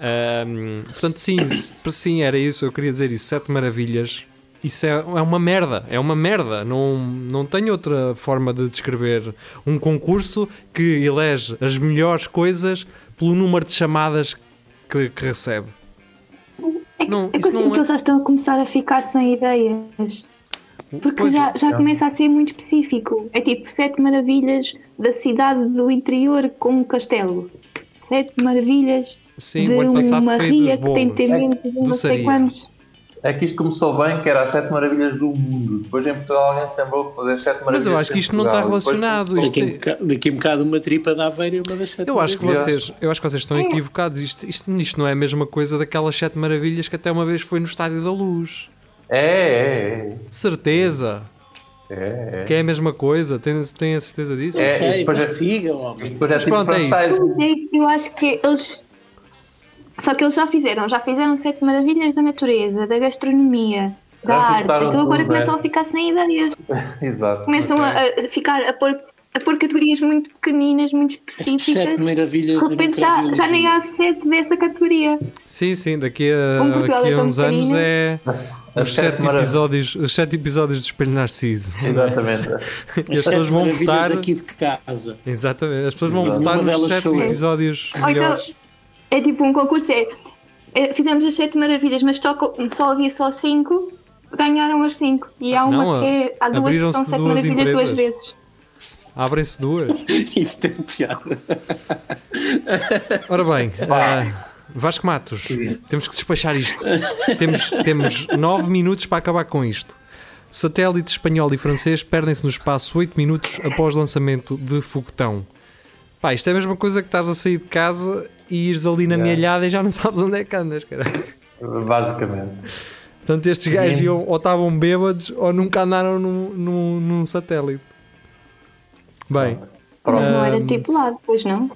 [SPEAKER 3] Ahm, portanto, sim, se- para sim, era isso. Eu queria dizer isso. Sete maravilhas. Isso é, é uma merda. É uma merda. Não, não tenho outra forma de descrever um concurso que elege as melhores coisas pelo número de chamadas que, que recebe.
[SPEAKER 4] É que,
[SPEAKER 3] Não,
[SPEAKER 4] é que
[SPEAKER 3] isso
[SPEAKER 4] eu
[SPEAKER 3] não
[SPEAKER 4] sinto
[SPEAKER 3] é-
[SPEAKER 4] que eles já estão a começar a ficar sem ideias. Porque
[SPEAKER 3] Pois é,
[SPEAKER 4] já, já começa a ser muito específico. É tipo sete maravilhas da cidade do interior com um castelo. Sete maravilhas
[SPEAKER 3] Sim,
[SPEAKER 4] de
[SPEAKER 3] o ano passado
[SPEAKER 4] uma
[SPEAKER 3] foi dos
[SPEAKER 4] ria que tem
[SPEAKER 3] bolos.
[SPEAKER 4] de ter menos de
[SPEAKER 3] do
[SPEAKER 4] não sei
[SPEAKER 3] Saria.
[SPEAKER 4] quantos.
[SPEAKER 5] É que isto começou bem, que era as sete maravilhas do mundo. Depois em Portugal alguém se lembrou de fazer as sete maravilhas.
[SPEAKER 3] eu acho que
[SPEAKER 5] em
[SPEAKER 3] isto não está
[SPEAKER 5] Portugal. Depois
[SPEAKER 3] relacionado,
[SPEAKER 5] começou-
[SPEAKER 3] isto
[SPEAKER 2] Daqui a,
[SPEAKER 3] é-
[SPEAKER 2] boca- daqui a bocado uma tripa da aveira e uma das sete
[SPEAKER 3] Eu acho que
[SPEAKER 5] Yeah.
[SPEAKER 3] vocês, eu acho que vocês estão
[SPEAKER 4] Hum.
[SPEAKER 3] equivocados. Isto, isto, isto não é a mesma coisa daquelas sete maravilhas que até uma vez foi no Estádio da Luz.
[SPEAKER 5] É, é,
[SPEAKER 3] De certeza
[SPEAKER 5] é. é, é.
[SPEAKER 3] que é a mesma coisa. Têm tem a certeza disso?
[SPEAKER 2] Não
[SPEAKER 5] É,
[SPEAKER 2] sei,
[SPEAKER 5] e depois é-
[SPEAKER 2] prossiga, homem.
[SPEAKER 5] Depois é
[SPEAKER 3] Mas
[SPEAKER 5] tipo
[SPEAKER 3] pronto, é isso.
[SPEAKER 5] franchising.
[SPEAKER 4] Mas é isso, Eu acho que eles. Só que eles já fizeram, já fizeram sete maravilhas da natureza, da gastronomia, da
[SPEAKER 5] Já
[SPEAKER 4] arte.
[SPEAKER 5] esgotaram
[SPEAKER 4] Então agora
[SPEAKER 5] tudo,
[SPEAKER 4] começam
[SPEAKER 5] né?
[SPEAKER 4] a ficar sem ideias.
[SPEAKER 5] Exato.
[SPEAKER 4] Começam a, a ficar a pôr, a pôr categorias muito pequeninas, muito específicas.
[SPEAKER 2] Sete
[SPEAKER 4] De
[SPEAKER 2] maravilhas da
[SPEAKER 4] repente já, já nem há sete dessa categoria.
[SPEAKER 3] Sim, sim. Daqui a,
[SPEAKER 4] Como Portugal
[SPEAKER 3] daqui
[SPEAKER 4] é
[SPEAKER 3] a
[SPEAKER 4] tão
[SPEAKER 3] uns anos
[SPEAKER 4] pequenino.
[SPEAKER 3] é,
[SPEAKER 5] As
[SPEAKER 3] Os sete,
[SPEAKER 5] marav-
[SPEAKER 3] episódios, os sete episódios do Espelho Narciso.
[SPEAKER 5] Exatamente.
[SPEAKER 3] E as pessoas vão votar.
[SPEAKER 2] aqui de casa.
[SPEAKER 3] Exatamente, as pessoas vão
[SPEAKER 5] Exato.
[SPEAKER 3] votar
[SPEAKER 2] Uma
[SPEAKER 3] nos
[SPEAKER 2] delas
[SPEAKER 3] sete
[SPEAKER 2] sou eu.
[SPEAKER 3] episódios
[SPEAKER 4] Ou então,
[SPEAKER 3] melhores.
[SPEAKER 4] é tipo um concurso, é, é, fizemos as sete maravilhas, mas só, co- só havia só cinco, ganharam as cinco. E há uma
[SPEAKER 3] Não,
[SPEAKER 4] que é, há duas que
[SPEAKER 3] abriram-se
[SPEAKER 4] são sete
[SPEAKER 3] duas
[SPEAKER 4] maravilhas duas
[SPEAKER 3] empresas.
[SPEAKER 4] vezes.
[SPEAKER 3] Abrem-se duas.
[SPEAKER 2] Isso tem piada.
[SPEAKER 3] Ora bem, ah, Vasco Matos, temos que despachar isto. Temos, temos nove minutos para acabar com isto. Satélite espanhol e francês perdem-se no espaço oito minutos após lançamento de foguetão. Pá, isto é a mesma coisa que estás a sair de casa e ires ali na
[SPEAKER 5] Yeah.
[SPEAKER 3] mielhada e já não sabes onde é que andas, caralho.
[SPEAKER 5] Basicamente.
[SPEAKER 3] Portanto, estes gajos iam, ou estavam bêbados ou nunca andaram num, num, num satélite. Bem,
[SPEAKER 4] Mas não era
[SPEAKER 3] Ahm.
[SPEAKER 4] tripulado, pois não?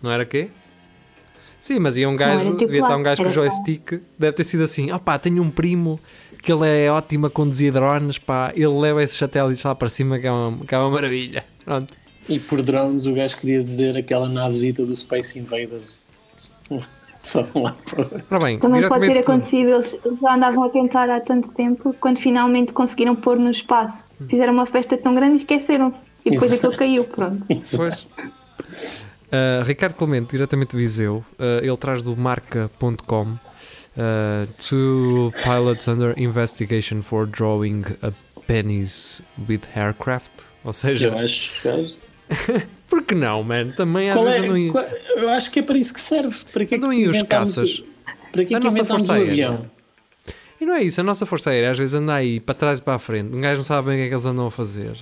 [SPEAKER 3] não era quê? Sim, mas ia um
[SPEAKER 4] Não, era
[SPEAKER 3] gajo,
[SPEAKER 4] tipo
[SPEAKER 3] devia estar um gajo com
[SPEAKER 4] lá, era só-
[SPEAKER 3] joystick, deve ter sido assim, opá, tenho um primo que ele é ótimo a conduzir drones, pá, ele leva esses satélites lá para cima que é uma, que é uma maravilha. Pronto.
[SPEAKER 2] E por drones o gajo queria dizer aquela navezita do Space Invaders. Só lá para.
[SPEAKER 3] Ora bem,
[SPEAKER 4] Também pode ter
[SPEAKER 3] diretamente-
[SPEAKER 4] acontecido, eles já andavam a tentar há tanto tempo, quando finalmente conseguiram pôr no espaço. Fizeram uma festa tão grande e esqueceram-se. E depois
[SPEAKER 2] Exato.
[SPEAKER 4] aquilo caiu, pronto.
[SPEAKER 2] Isso.
[SPEAKER 3] Pois. Uh, Ricardo Clemente, diretamente de Viseu, uh, ele traz do marca.com. Uh, two pilots under investigation for drawing a penis with aircraft. Ou
[SPEAKER 2] Eu
[SPEAKER 3] seja,
[SPEAKER 2] acho, eu acho-
[SPEAKER 3] por que não, mano? Também às
[SPEAKER 2] Qual é-
[SPEAKER 3] vezes andam em-
[SPEAKER 2] qual- eu acho que é para isso que serve. Para que é
[SPEAKER 3] Andam
[SPEAKER 2] que
[SPEAKER 3] aí os
[SPEAKER 2] inventámos
[SPEAKER 3] caças.
[SPEAKER 2] o- Para que é
[SPEAKER 3] Da
[SPEAKER 2] que
[SPEAKER 3] nossa
[SPEAKER 2] inventámos o
[SPEAKER 3] Força Aérea.
[SPEAKER 2] avião?
[SPEAKER 3] E não é isso, a nossa Força Aérea às vezes anda aí para trás e para a frente. Um gajo não sabe bem o que é que eles andam a fazer.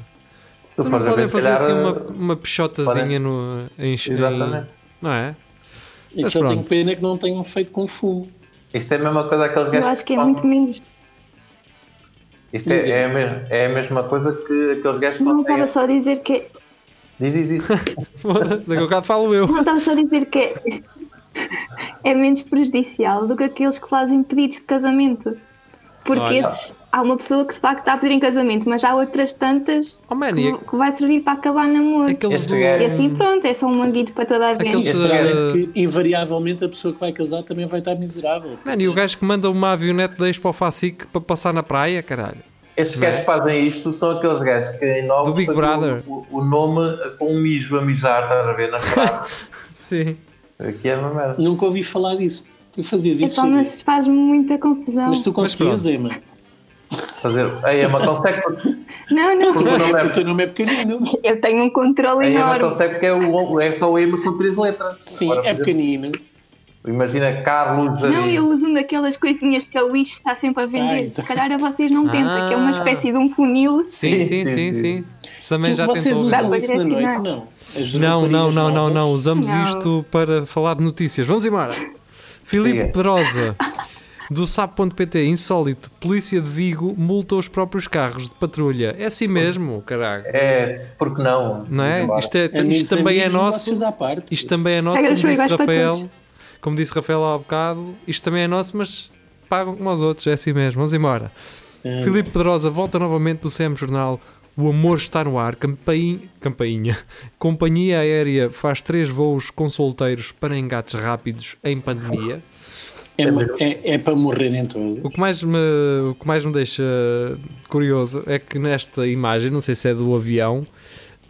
[SPEAKER 5] Se tu
[SPEAKER 3] Então não
[SPEAKER 5] fores a ver,
[SPEAKER 3] podem
[SPEAKER 5] se
[SPEAKER 3] fazer
[SPEAKER 5] calhar.
[SPEAKER 3] assim uma, uma peixotazinha
[SPEAKER 5] podem.
[SPEAKER 3] no, em, em-
[SPEAKER 5] Exatamente.
[SPEAKER 3] Não é?
[SPEAKER 2] E
[SPEAKER 3] Mas
[SPEAKER 2] só tenho
[SPEAKER 3] pronto.
[SPEAKER 2] pena que não tenham feito com fumo.
[SPEAKER 5] Isto é a mesma coisa que aqueles
[SPEAKER 4] Eu
[SPEAKER 5] gajos.
[SPEAKER 4] acho que é
[SPEAKER 5] falam-
[SPEAKER 4] muito menos.
[SPEAKER 5] Isto é, é, a mesma, é a mesma coisa que aqueles gajos
[SPEAKER 4] Não
[SPEAKER 5] conseguem-
[SPEAKER 4] estava só a dizer que é-
[SPEAKER 5] Diz, diz, diz.
[SPEAKER 3] Foda-se, daqui a bocado falo eu.
[SPEAKER 4] não estava só a dizer que é, é menos prejudicial do que aqueles que fazem pedidos de casamento. Porque
[SPEAKER 3] Olha.
[SPEAKER 4] esses, há uma pessoa que de facto está a pedir em casamento, mas há outras tantas
[SPEAKER 3] Oh, man, e
[SPEAKER 4] que, que vai servir para acabar namoro.
[SPEAKER 3] aqueles
[SPEAKER 5] Este
[SPEAKER 3] do-
[SPEAKER 5] gajo-
[SPEAKER 4] E assim pronto, é só um manguito para toda a
[SPEAKER 3] Aqueles
[SPEAKER 4] gente.
[SPEAKER 5] Esse
[SPEAKER 3] da-
[SPEAKER 5] gajo
[SPEAKER 2] é Que invariavelmente a pessoa que vai casar também vai estar miserável.
[SPEAKER 3] Mano, e o gajo que manda uma avionete de Expo Facic para passar na praia, caralho.
[SPEAKER 5] Estes gajos que fazem isto são aqueles gajos que em novos
[SPEAKER 3] é? Do Big
[SPEAKER 5] fazem
[SPEAKER 3] Brother.
[SPEAKER 5] O, o- o nome com um mijo a mijar, estás a ver, na estrada.
[SPEAKER 3] Sim.
[SPEAKER 5] Aqui é uma merda.
[SPEAKER 2] Nunca ouvi falar disso. Tu fazias isso.
[SPEAKER 4] Epá,
[SPEAKER 2] Júlio?
[SPEAKER 4] mas faz-me muita confusão.
[SPEAKER 2] Mas tu conseguias,
[SPEAKER 3] pronto.
[SPEAKER 2] Emma.
[SPEAKER 5] Fazer. Ei, Emma, consegue porque,
[SPEAKER 4] Não, não,
[SPEAKER 2] O teu
[SPEAKER 5] não
[SPEAKER 2] nome é-
[SPEAKER 5] leva.
[SPEAKER 2] o teu nome é pequenino.
[SPEAKER 4] eu tenho um controle
[SPEAKER 5] a Emma
[SPEAKER 4] enorme.
[SPEAKER 5] consegue porque é, o, é só o Emma, são três letras.
[SPEAKER 2] Sim,
[SPEAKER 5] Agora,
[SPEAKER 2] é
[SPEAKER 5] por exemplo,
[SPEAKER 2] pequenino.
[SPEAKER 5] Imagina Carlos
[SPEAKER 4] Não,
[SPEAKER 5] Jardim.
[SPEAKER 4] eu uso uma daquelas coisinhas que a Luís está sempre a
[SPEAKER 2] Ah,
[SPEAKER 4] vender. Se
[SPEAKER 2] exato.
[SPEAKER 4] calhar a vocês não tentam, que é uma
[SPEAKER 3] Ah.
[SPEAKER 4] espécie de um funil.
[SPEAKER 3] Sim, sim,
[SPEAKER 5] Sim,
[SPEAKER 3] sim,
[SPEAKER 5] sim,
[SPEAKER 3] sim. Também já
[SPEAKER 2] Vocês
[SPEAKER 3] tentou.
[SPEAKER 4] Dá
[SPEAKER 2] usam
[SPEAKER 4] para
[SPEAKER 2] isso na
[SPEAKER 4] direcionar.
[SPEAKER 2] noite, não? As
[SPEAKER 3] Não, não,
[SPEAKER 2] raparigas
[SPEAKER 3] não, não,
[SPEAKER 2] novas?
[SPEAKER 3] não. Usamos
[SPEAKER 4] Não.
[SPEAKER 3] isto para falar de notícias. Vamos embora. Filipe
[SPEAKER 5] Siga.
[SPEAKER 3] Pedrosa, do sapo.pt, insólito. Polícia de Vigo multou os próprios carros de patrulha. É assim mesmo, caralho.
[SPEAKER 5] É, porque não?
[SPEAKER 3] Não é?
[SPEAKER 5] Vamos embora.
[SPEAKER 3] Isto, é,
[SPEAKER 2] Amigos,
[SPEAKER 3] isto também é
[SPEAKER 2] amigos,
[SPEAKER 3] nosso.
[SPEAKER 2] vocês à parte.
[SPEAKER 3] Isto também é nosso, como
[SPEAKER 4] Regras são
[SPEAKER 3] disse
[SPEAKER 4] iguais para
[SPEAKER 3] Rafael.
[SPEAKER 4] todos.
[SPEAKER 3] Como disse Rafael há bocado, isto também é nosso, mas pagam como aos outros, é assim mesmo. Vamos embora.
[SPEAKER 2] É.
[SPEAKER 3] Filipe Pedrosa volta novamente do CM Jornal. O amor está no ar. Campain... Campainha. Companhia aérea faz três voos com solteiros para engates rápidos em pandemia.
[SPEAKER 2] É, é- é para morrerem todos.
[SPEAKER 3] O que mais me, o que mais me deixa curioso é que nesta imagem, não sei se é do avião,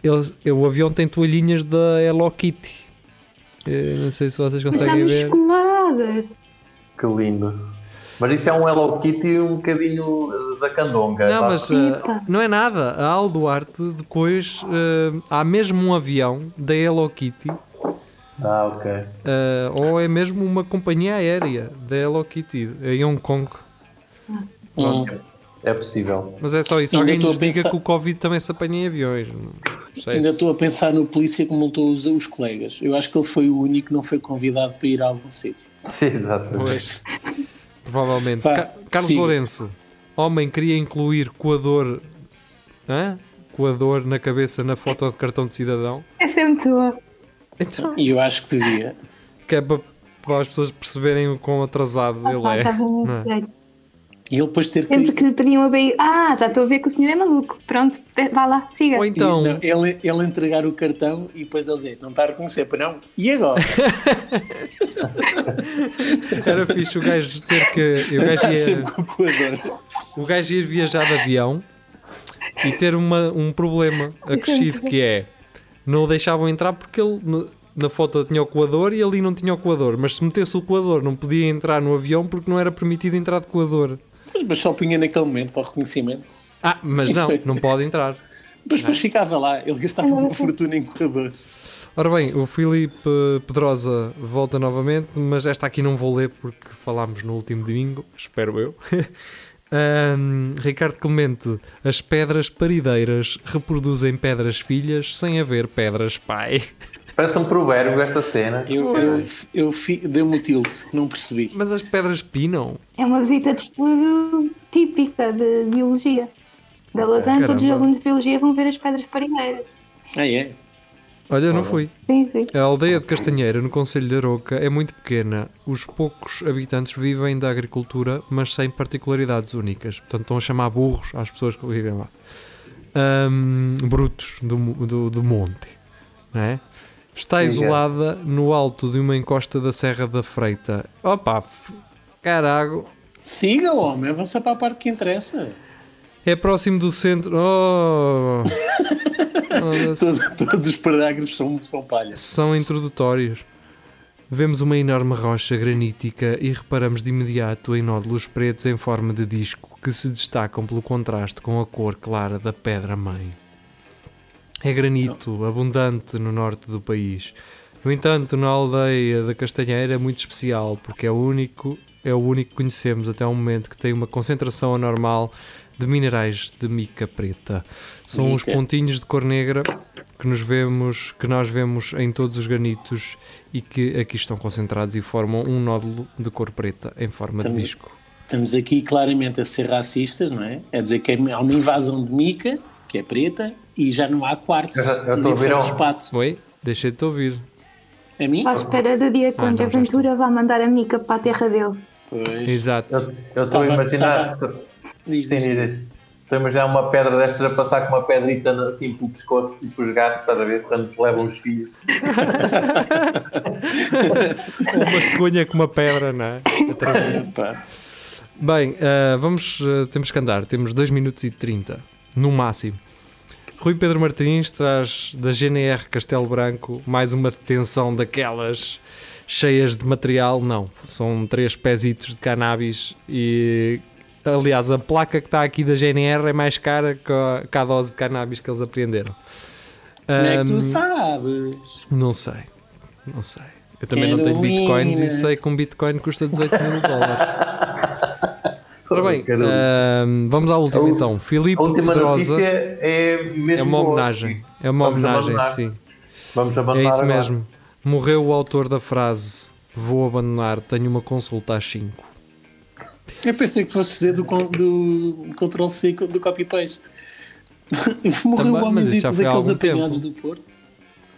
[SPEAKER 3] eles- o avião tem toalhinhas da Hello Kitty. Eh, não sei se vocês
[SPEAKER 4] Mas
[SPEAKER 3] conseguem
[SPEAKER 4] estamos
[SPEAKER 3] ver.
[SPEAKER 4] escoladas.
[SPEAKER 5] Que lindo. Mas isso é um Hello Kitty um bocadinho eh, da candonga.
[SPEAKER 3] Não,
[SPEAKER 5] Dá-
[SPEAKER 3] mas
[SPEAKER 4] Epa.
[SPEAKER 3] ah, não é nada. A Al Duarte, depois ah, há mesmo um avião da Hello Kitty,
[SPEAKER 5] Ah, ok.
[SPEAKER 3] ah, ou é mesmo uma companhia aérea da Hello Kitty em Hong Kong.
[SPEAKER 2] Hum.
[SPEAKER 5] É possível.
[SPEAKER 3] Mas é só isso.
[SPEAKER 2] Ainda
[SPEAKER 3] Alguém
[SPEAKER 2] estou
[SPEAKER 3] nos
[SPEAKER 2] a
[SPEAKER 3] diga
[SPEAKER 2] pensar-
[SPEAKER 3] que o Covid também se apanha em aviões. Não sei
[SPEAKER 2] Ainda
[SPEAKER 3] se-
[SPEAKER 2] estou a pensar no polícia que multou os, os colegas. Eu acho que ele foi o único que não foi convidado para ir a algum sítio.
[SPEAKER 5] Sim, exatamente.
[SPEAKER 3] Pois. Provavelmente.
[SPEAKER 2] Pá,
[SPEAKER 3] Ca- Carlos
[SPEAKER 2] siga.
[SPEAKER 3] Lourenço, homem queria incluir coador. Hã? Coador na cabeça na foto de cartão de cidadão.
[SPEAKER 4] Essa é muito boa.
[SPEAKER 3] Então,
[SPEAKER 2] E eu acho que devia.
[SPEAKER 3] que é para, para as pessoas perceberem o quão atrasado
[SPEAKER 4] Ah,
[SPEAKER 3] ele é.
[SPEAKER 4] estava muito
[SPEAKER 3] não é?
[SPEAKER 4] jeito.
[SPEAKER 2] E ele depois ter que.
[SPEAKER 4] Sempre que lhe pediam a beijo. Ah, já estou a ver que o senhor é maluco. Pronto, pe- vá lá, siga.
[SPEAKER 3] Ou
[SPEAKER 2] e-
[SPEAKER 3] então,
[SPEAKER 2] não, ele, ele entregar o cartão e depois ele dizer: Não está a reconhecer, para não? E agora?
[SPEAKER 3] era fixe o gajo ter que. O gajo
[SPEAKER 2] Está Tá sempre
[SPEAKER 3] ia,
[SPEAKER 2] com o coador.
[SPEAKER 3] o gajo ir viajar de avião e ter uma, um problema acrescido que é não o deixavam entrar porque ele no- na foto tinha o coador e ali não tinha o coador, mas se metesse o coador não podia entrar no avião porque não era permitido entrar de coador.
[SPEAKER 2] Mas, mas só punha naquele momento para o reconhecimento.
[SPEAKER 3] Ah, mas não, não pode entrar.
[SPEAKER 2] Mas
[SPEAKER 3] Ah.
[SPEAKER 2] depois ficava lá, ele gastava uma fortuna em corredores.
[SPEAKER 3] Ora bem, o Filipe Pedrosa volta novamente, mas esta aqui não vou ler porque falámos no último domingo, espero eu. Ahm, Ricardo Clemente, as pedras parideiras reproduzem pedras filhas sem haver pedras pai.
[SPEAKER 5] Parece um provérbio esta cena.
[SPEAKER 2] Eu, eu, eu fi- dei-me o tilt, não percebi.
[SPEAKER 3] Mas as pedras pinam.
[SPEAKER 4] É uma visita de estudo típica de biologia. Da Lausanne, todos os
[SPEAKER 3] Caramba.
[SPEAKER 4] alunos de biologia vão ver as pedras parineiras.
[SPEAKER 2] Ah, é?
[SPEAKER 3] Olha, eu não fui.
[SPEAKER 4] Sim, sim.
[SPEAKER 3] A aldeia de Castanheira, no Conselho de Aroca, é muito pequena. Os poucos habitantes vivem da agricultura, mas sem particularidades únicas. Portanto, estão a chamar burros às pessoas que vivem lá. Ahm, brutos do, mo- do, do monte. não é? Está
[SPEAKER 5] Sim, é.
[SPEAKER 3] isolada no alto de uma encosta da Serra da Freita. Opa, f- carago.
[SPEAKER 2] Siga, homem, avança para a parte que interessa.
[SPEAKER 3] É próximo do centro. Oh! Olha,
[SPEAKER 2] Todos, todos os parágrafos são, são palhas.
[SPEAKER 3] são introdutórios. Vemos uma enorme rocha granítica e reparamos de imediato em nódulos pretos em forma de disco que se destacam pelo contraste com a cor clara da pedra-mãe. É granito, abundante no norte do país. No entanto, na aldeia da Castanheira é muito especial, porque é o único, é o único que conhecemos até o momento que tem uma concentração anormal de minerais de mica preta. São os
[SPEAKER 2] Mica.
[SPEAKER 3] pontinhos de cor negra que nos vemos, que nós vemos em todos os granitos e que aqui estão concentrados e formam um nódulo de cor preta em forma de
[SPEAKER 2] Estamos-
[SPEAKER 3] disco.
[SPEAKER 2] Estamos aqui claramente a ser racistas, não é? É dizer que há uma invasão de mica, que é preta, e já não há quartos.
[SPEAKER 5] Eu já- eu estou
[SPEAKER 2] nem
[SPEAKER 5] a ouvir
[SPEAKER 2] ferros
[SPEAKER 5] um-
[SPEAKER 2] pato.
[SPEAKER 3] Oi, deixei de te ouvir.
[SPEAKER 2] A mim?
[SPEAKER 4] À espera do
[SPEAKER 3] Ah,
[SPEAKER 4] dia
[SPEAKER 3] não,
[SPEAKER 4] quando
[SPEAKER 3] já
[SPEAKER 4] a Ventura vai mandar a Mica para a terra dele.
[SPEAKER 2] Pois.
[SPEAKER 3] Exato.
[SPEAKER 5] Eu eu estou a
[SPEAKER 2] Tava-
[SPEAKER 5] imaginar.
[SPEAKER 2] Diz,
[SPEAKER 5] Sim,
[SPEAKER 2] diz.
[SPEAKER 5] diz. Estou a imaginar uma pedra destas a passar com uma pedrita na- assim pelo pescoço, tipo os gatos, estás a ver? Quando te levam os filhos.
[SPEAKER 3] uma cegonha com uma pedra, não é?
[SPEAKER 2] Epá.
[SPEAKER 3] Bem, ah, vamos, ah, temos que andar, temos 2 minutos e 30, no máximo. Rui Pedro Martins traz da GNR Castelo Branco mais uma detenção daquelas cheias de material, não, são três pezitos de cannabis e aliás a placa que está aqui da GNR é mais cara que a, que a dose de cannabis que eles apreenderam.
[SPEAKER 2] Como é que
[SPEAKER 3] Ahm,
[SPEAKER 2] tu sabes?
[SPEAKER 3] não sei, não sei. Eu também não tenho
[SPEAKER 2] Heroína.
[SPEAKER 3] bitcoins e sei que um bitcoin custa 18 mil dólares. Ora bem, eh,
[SPEAKER 5] Caramba.
[SPEAKER 3] ahm, vamos à última então. Filipe
[SPEAKER 5] a última notícia
[SPEAKER 3] Pedrosa
[SPEAKER 5] é mesmo.
[SPEAKER 3] é uma
[SPEAKER 5] boa.
[SPEAKER 3] homenagem. É uma
[SPEAKER 5] Vamos
[SPEAKER 3] homenagem,
[SPEAKER 5] abandonar.
[SPEAKER 3] sim.
[SPEAKER 5] Vamos
[SPEAKER 3] É
[SPEAKER 5] abandonar.
[SPEAKER 3] isso
[SPEAKER 5] agora.
[SPEAKER 3] mesmo. Morreu o autor da frase Vou abandonar, tenho uma consulta às 5.
[SPEAKER 2] Eu pensei que fosse dizer do, con- do Ctrl-C do copy-paste. Morreu
[SPEAKER 3] Também,
[SPEAKER 2] o
[SPEAKER 3] mas isso já
[SPEAKER 2] homenzito
[SPEAKER 3] foi há
[SPEAKER 2] daqueles
[SPEAKER 3] algum tempo.
[SPEAKER 2] apanhados do Porto.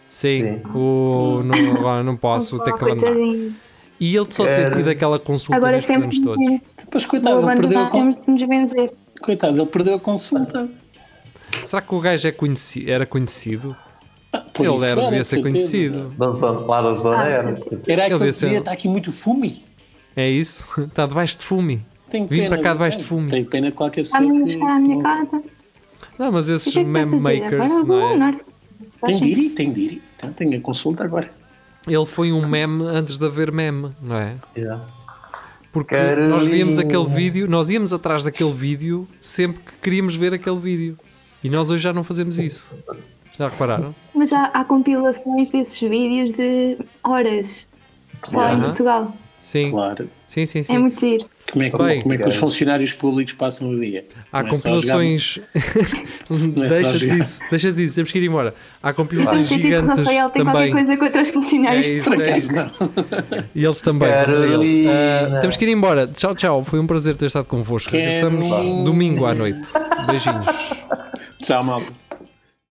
[SPEAKER 3] Sim, o- não, agora não posso, vou ter que abandonar.
[SPEAKER 4] Coitadinho.
[SPEAKER 3] E ele só ter tido aquela consulta
[SPEAKER 4] Agora
[SPEAKER 3] nestes
[SPEAKER 4] sempre
[SPEAKER 3] anos todos.
[SPEAKER 2] Depois,
[SPEAKER 4] vou
[SPEAKER 2] coitado, Tá, ele perdeu a,
[SPEAKER 4] abandonar,
[SPEAKER 2] con-
[SPEAKER 4] temos de nos vencer.
[SPEAKER 2] coitado, ele perdeu a consulta.
[SPEAKER 3] Será que o gajo é conheci- era conhecido?
[SPEAKER 2] Ah, por
[SPEAKER 3] Ele
[SPEAKER 2] isso
[SPEAKER 3] era, devia
[SPEAKER 2] de
[SPEAKER 3] ser
[SPEAKER 2] certeza.
[SPEAKER 3] conhecido.
[SPEAKER 5] Da zona- Lá da zona é, né?
[SPEAKER 4] Ah,
[SPEAKER 5] era.
[SPEAKER 4] sim,
[SPEAKER 2] Era
[SPEAKER 3] Ele
[SPEAKER 2] aquele que
[SPEAKER 3] devia ser-
[SPEAKER 2] dizia, está aqui muito fume.
[SPEAKER 3] É isso? Está debaixo de fume.
[SPEAKER 2] Tenho
[SPEAKER 3] Vim
[SPEAKER 2] pena,
[SPEAKER 3] para cá
[SPEAKER 2] não
[SPEAKER 3] debaixo
[SPEAKER 2] tenho.
[SPEAKER 3] de fume.
[SPEAKER 2] Tenho pena de qualquer pessoa
[SPEAKER 4] Está a minha,
[SPEAKER 2] que...
[SPEAKER 4] está à minha casa.
[SPEAKER 3] Não, mas
[SPEAKER 4] O
[SPEAKER 3] esses
[SPEAKER 4] que é que vai
[SPEAKER 3] meme
[SPEAKER 4] fazer?
[SPEAKER 3] makers,
[SPEAKER 4] Agora
[SPEAKER 3] não
[SPEAKER 4] vou
[SPEAKER 3] é?
[SPEAKER 4] abandonar.
[SPEAKER 2] Tem de ir, e tem de ir. Então, tenho a consulta agora.
[SPEAKER 3] Ele foi um meme antes de haver meme, não é?
[SPEAKER 5] Yeah.
[SPEAKER 3] Porque
[SPEAKER 5] Caralho.
[SPEAKER 3] nós víamos aquele vídeo, nós íamos atrás daquele vídeo sempre que queríamos ver aquele vídeo. E nós hoje já não fazemos isso. Já repararam?
[SPEAKER 4] Mas já há compilações desses vídeos de horas. Só em
[SPEAKER 3] Aham.
[SPEAKER 4] Portugal.
[SPEAKER 3] Sim,
[SPEAKER 2] Claro.
[SPEAKER 3] sim, sim, sim.
[SPEAKER 4] É muito giro.
[SPEAKER 2] Como é, que,
[SPEAKER 3] Bem.
[SPEAKER 2] como é que os funcionários públicos passam o dia?
[SPEAKER 3] Há
[SPEAKER 2] Não é só
[SPEAKER 3] compilações.
[SPEAKER 2] é só
[SPEAKER 3] deixa
[SPEAKER 2] jogar.
[SPEAKER 3] disso, deixa disso, temos que ir embora. Há
[SPEAKER 4] Claro.
[SPEAKER 3] compilações
[SPEAKER 4] Senti que o
[SPEAKER 3] gigantes
[SPEAKER 4] Rafael tem qualquer
[SPEAKER 3] também.
[SPEAKER 4] coisa contra os
[SPEAKER 3] É
[SPEAKER 4] funcionários.
[SPEAKER 3] isso, é isso.
[SPEAKER 2] jogar. Não.
[SPEAKER 3] E eles também.
[SPEAKER 5] Carolina.
[SPEAKER 3] contra ele. Ah, temos que ir embora. Tchau, tchau. Foi um prazer ter estado convosco. Regressamos
[SPEAKER 2] Carolina.
[SPEAKER 3] domingo à noite. Beijinhos.
[SPEAKER 2] Tchau, malta.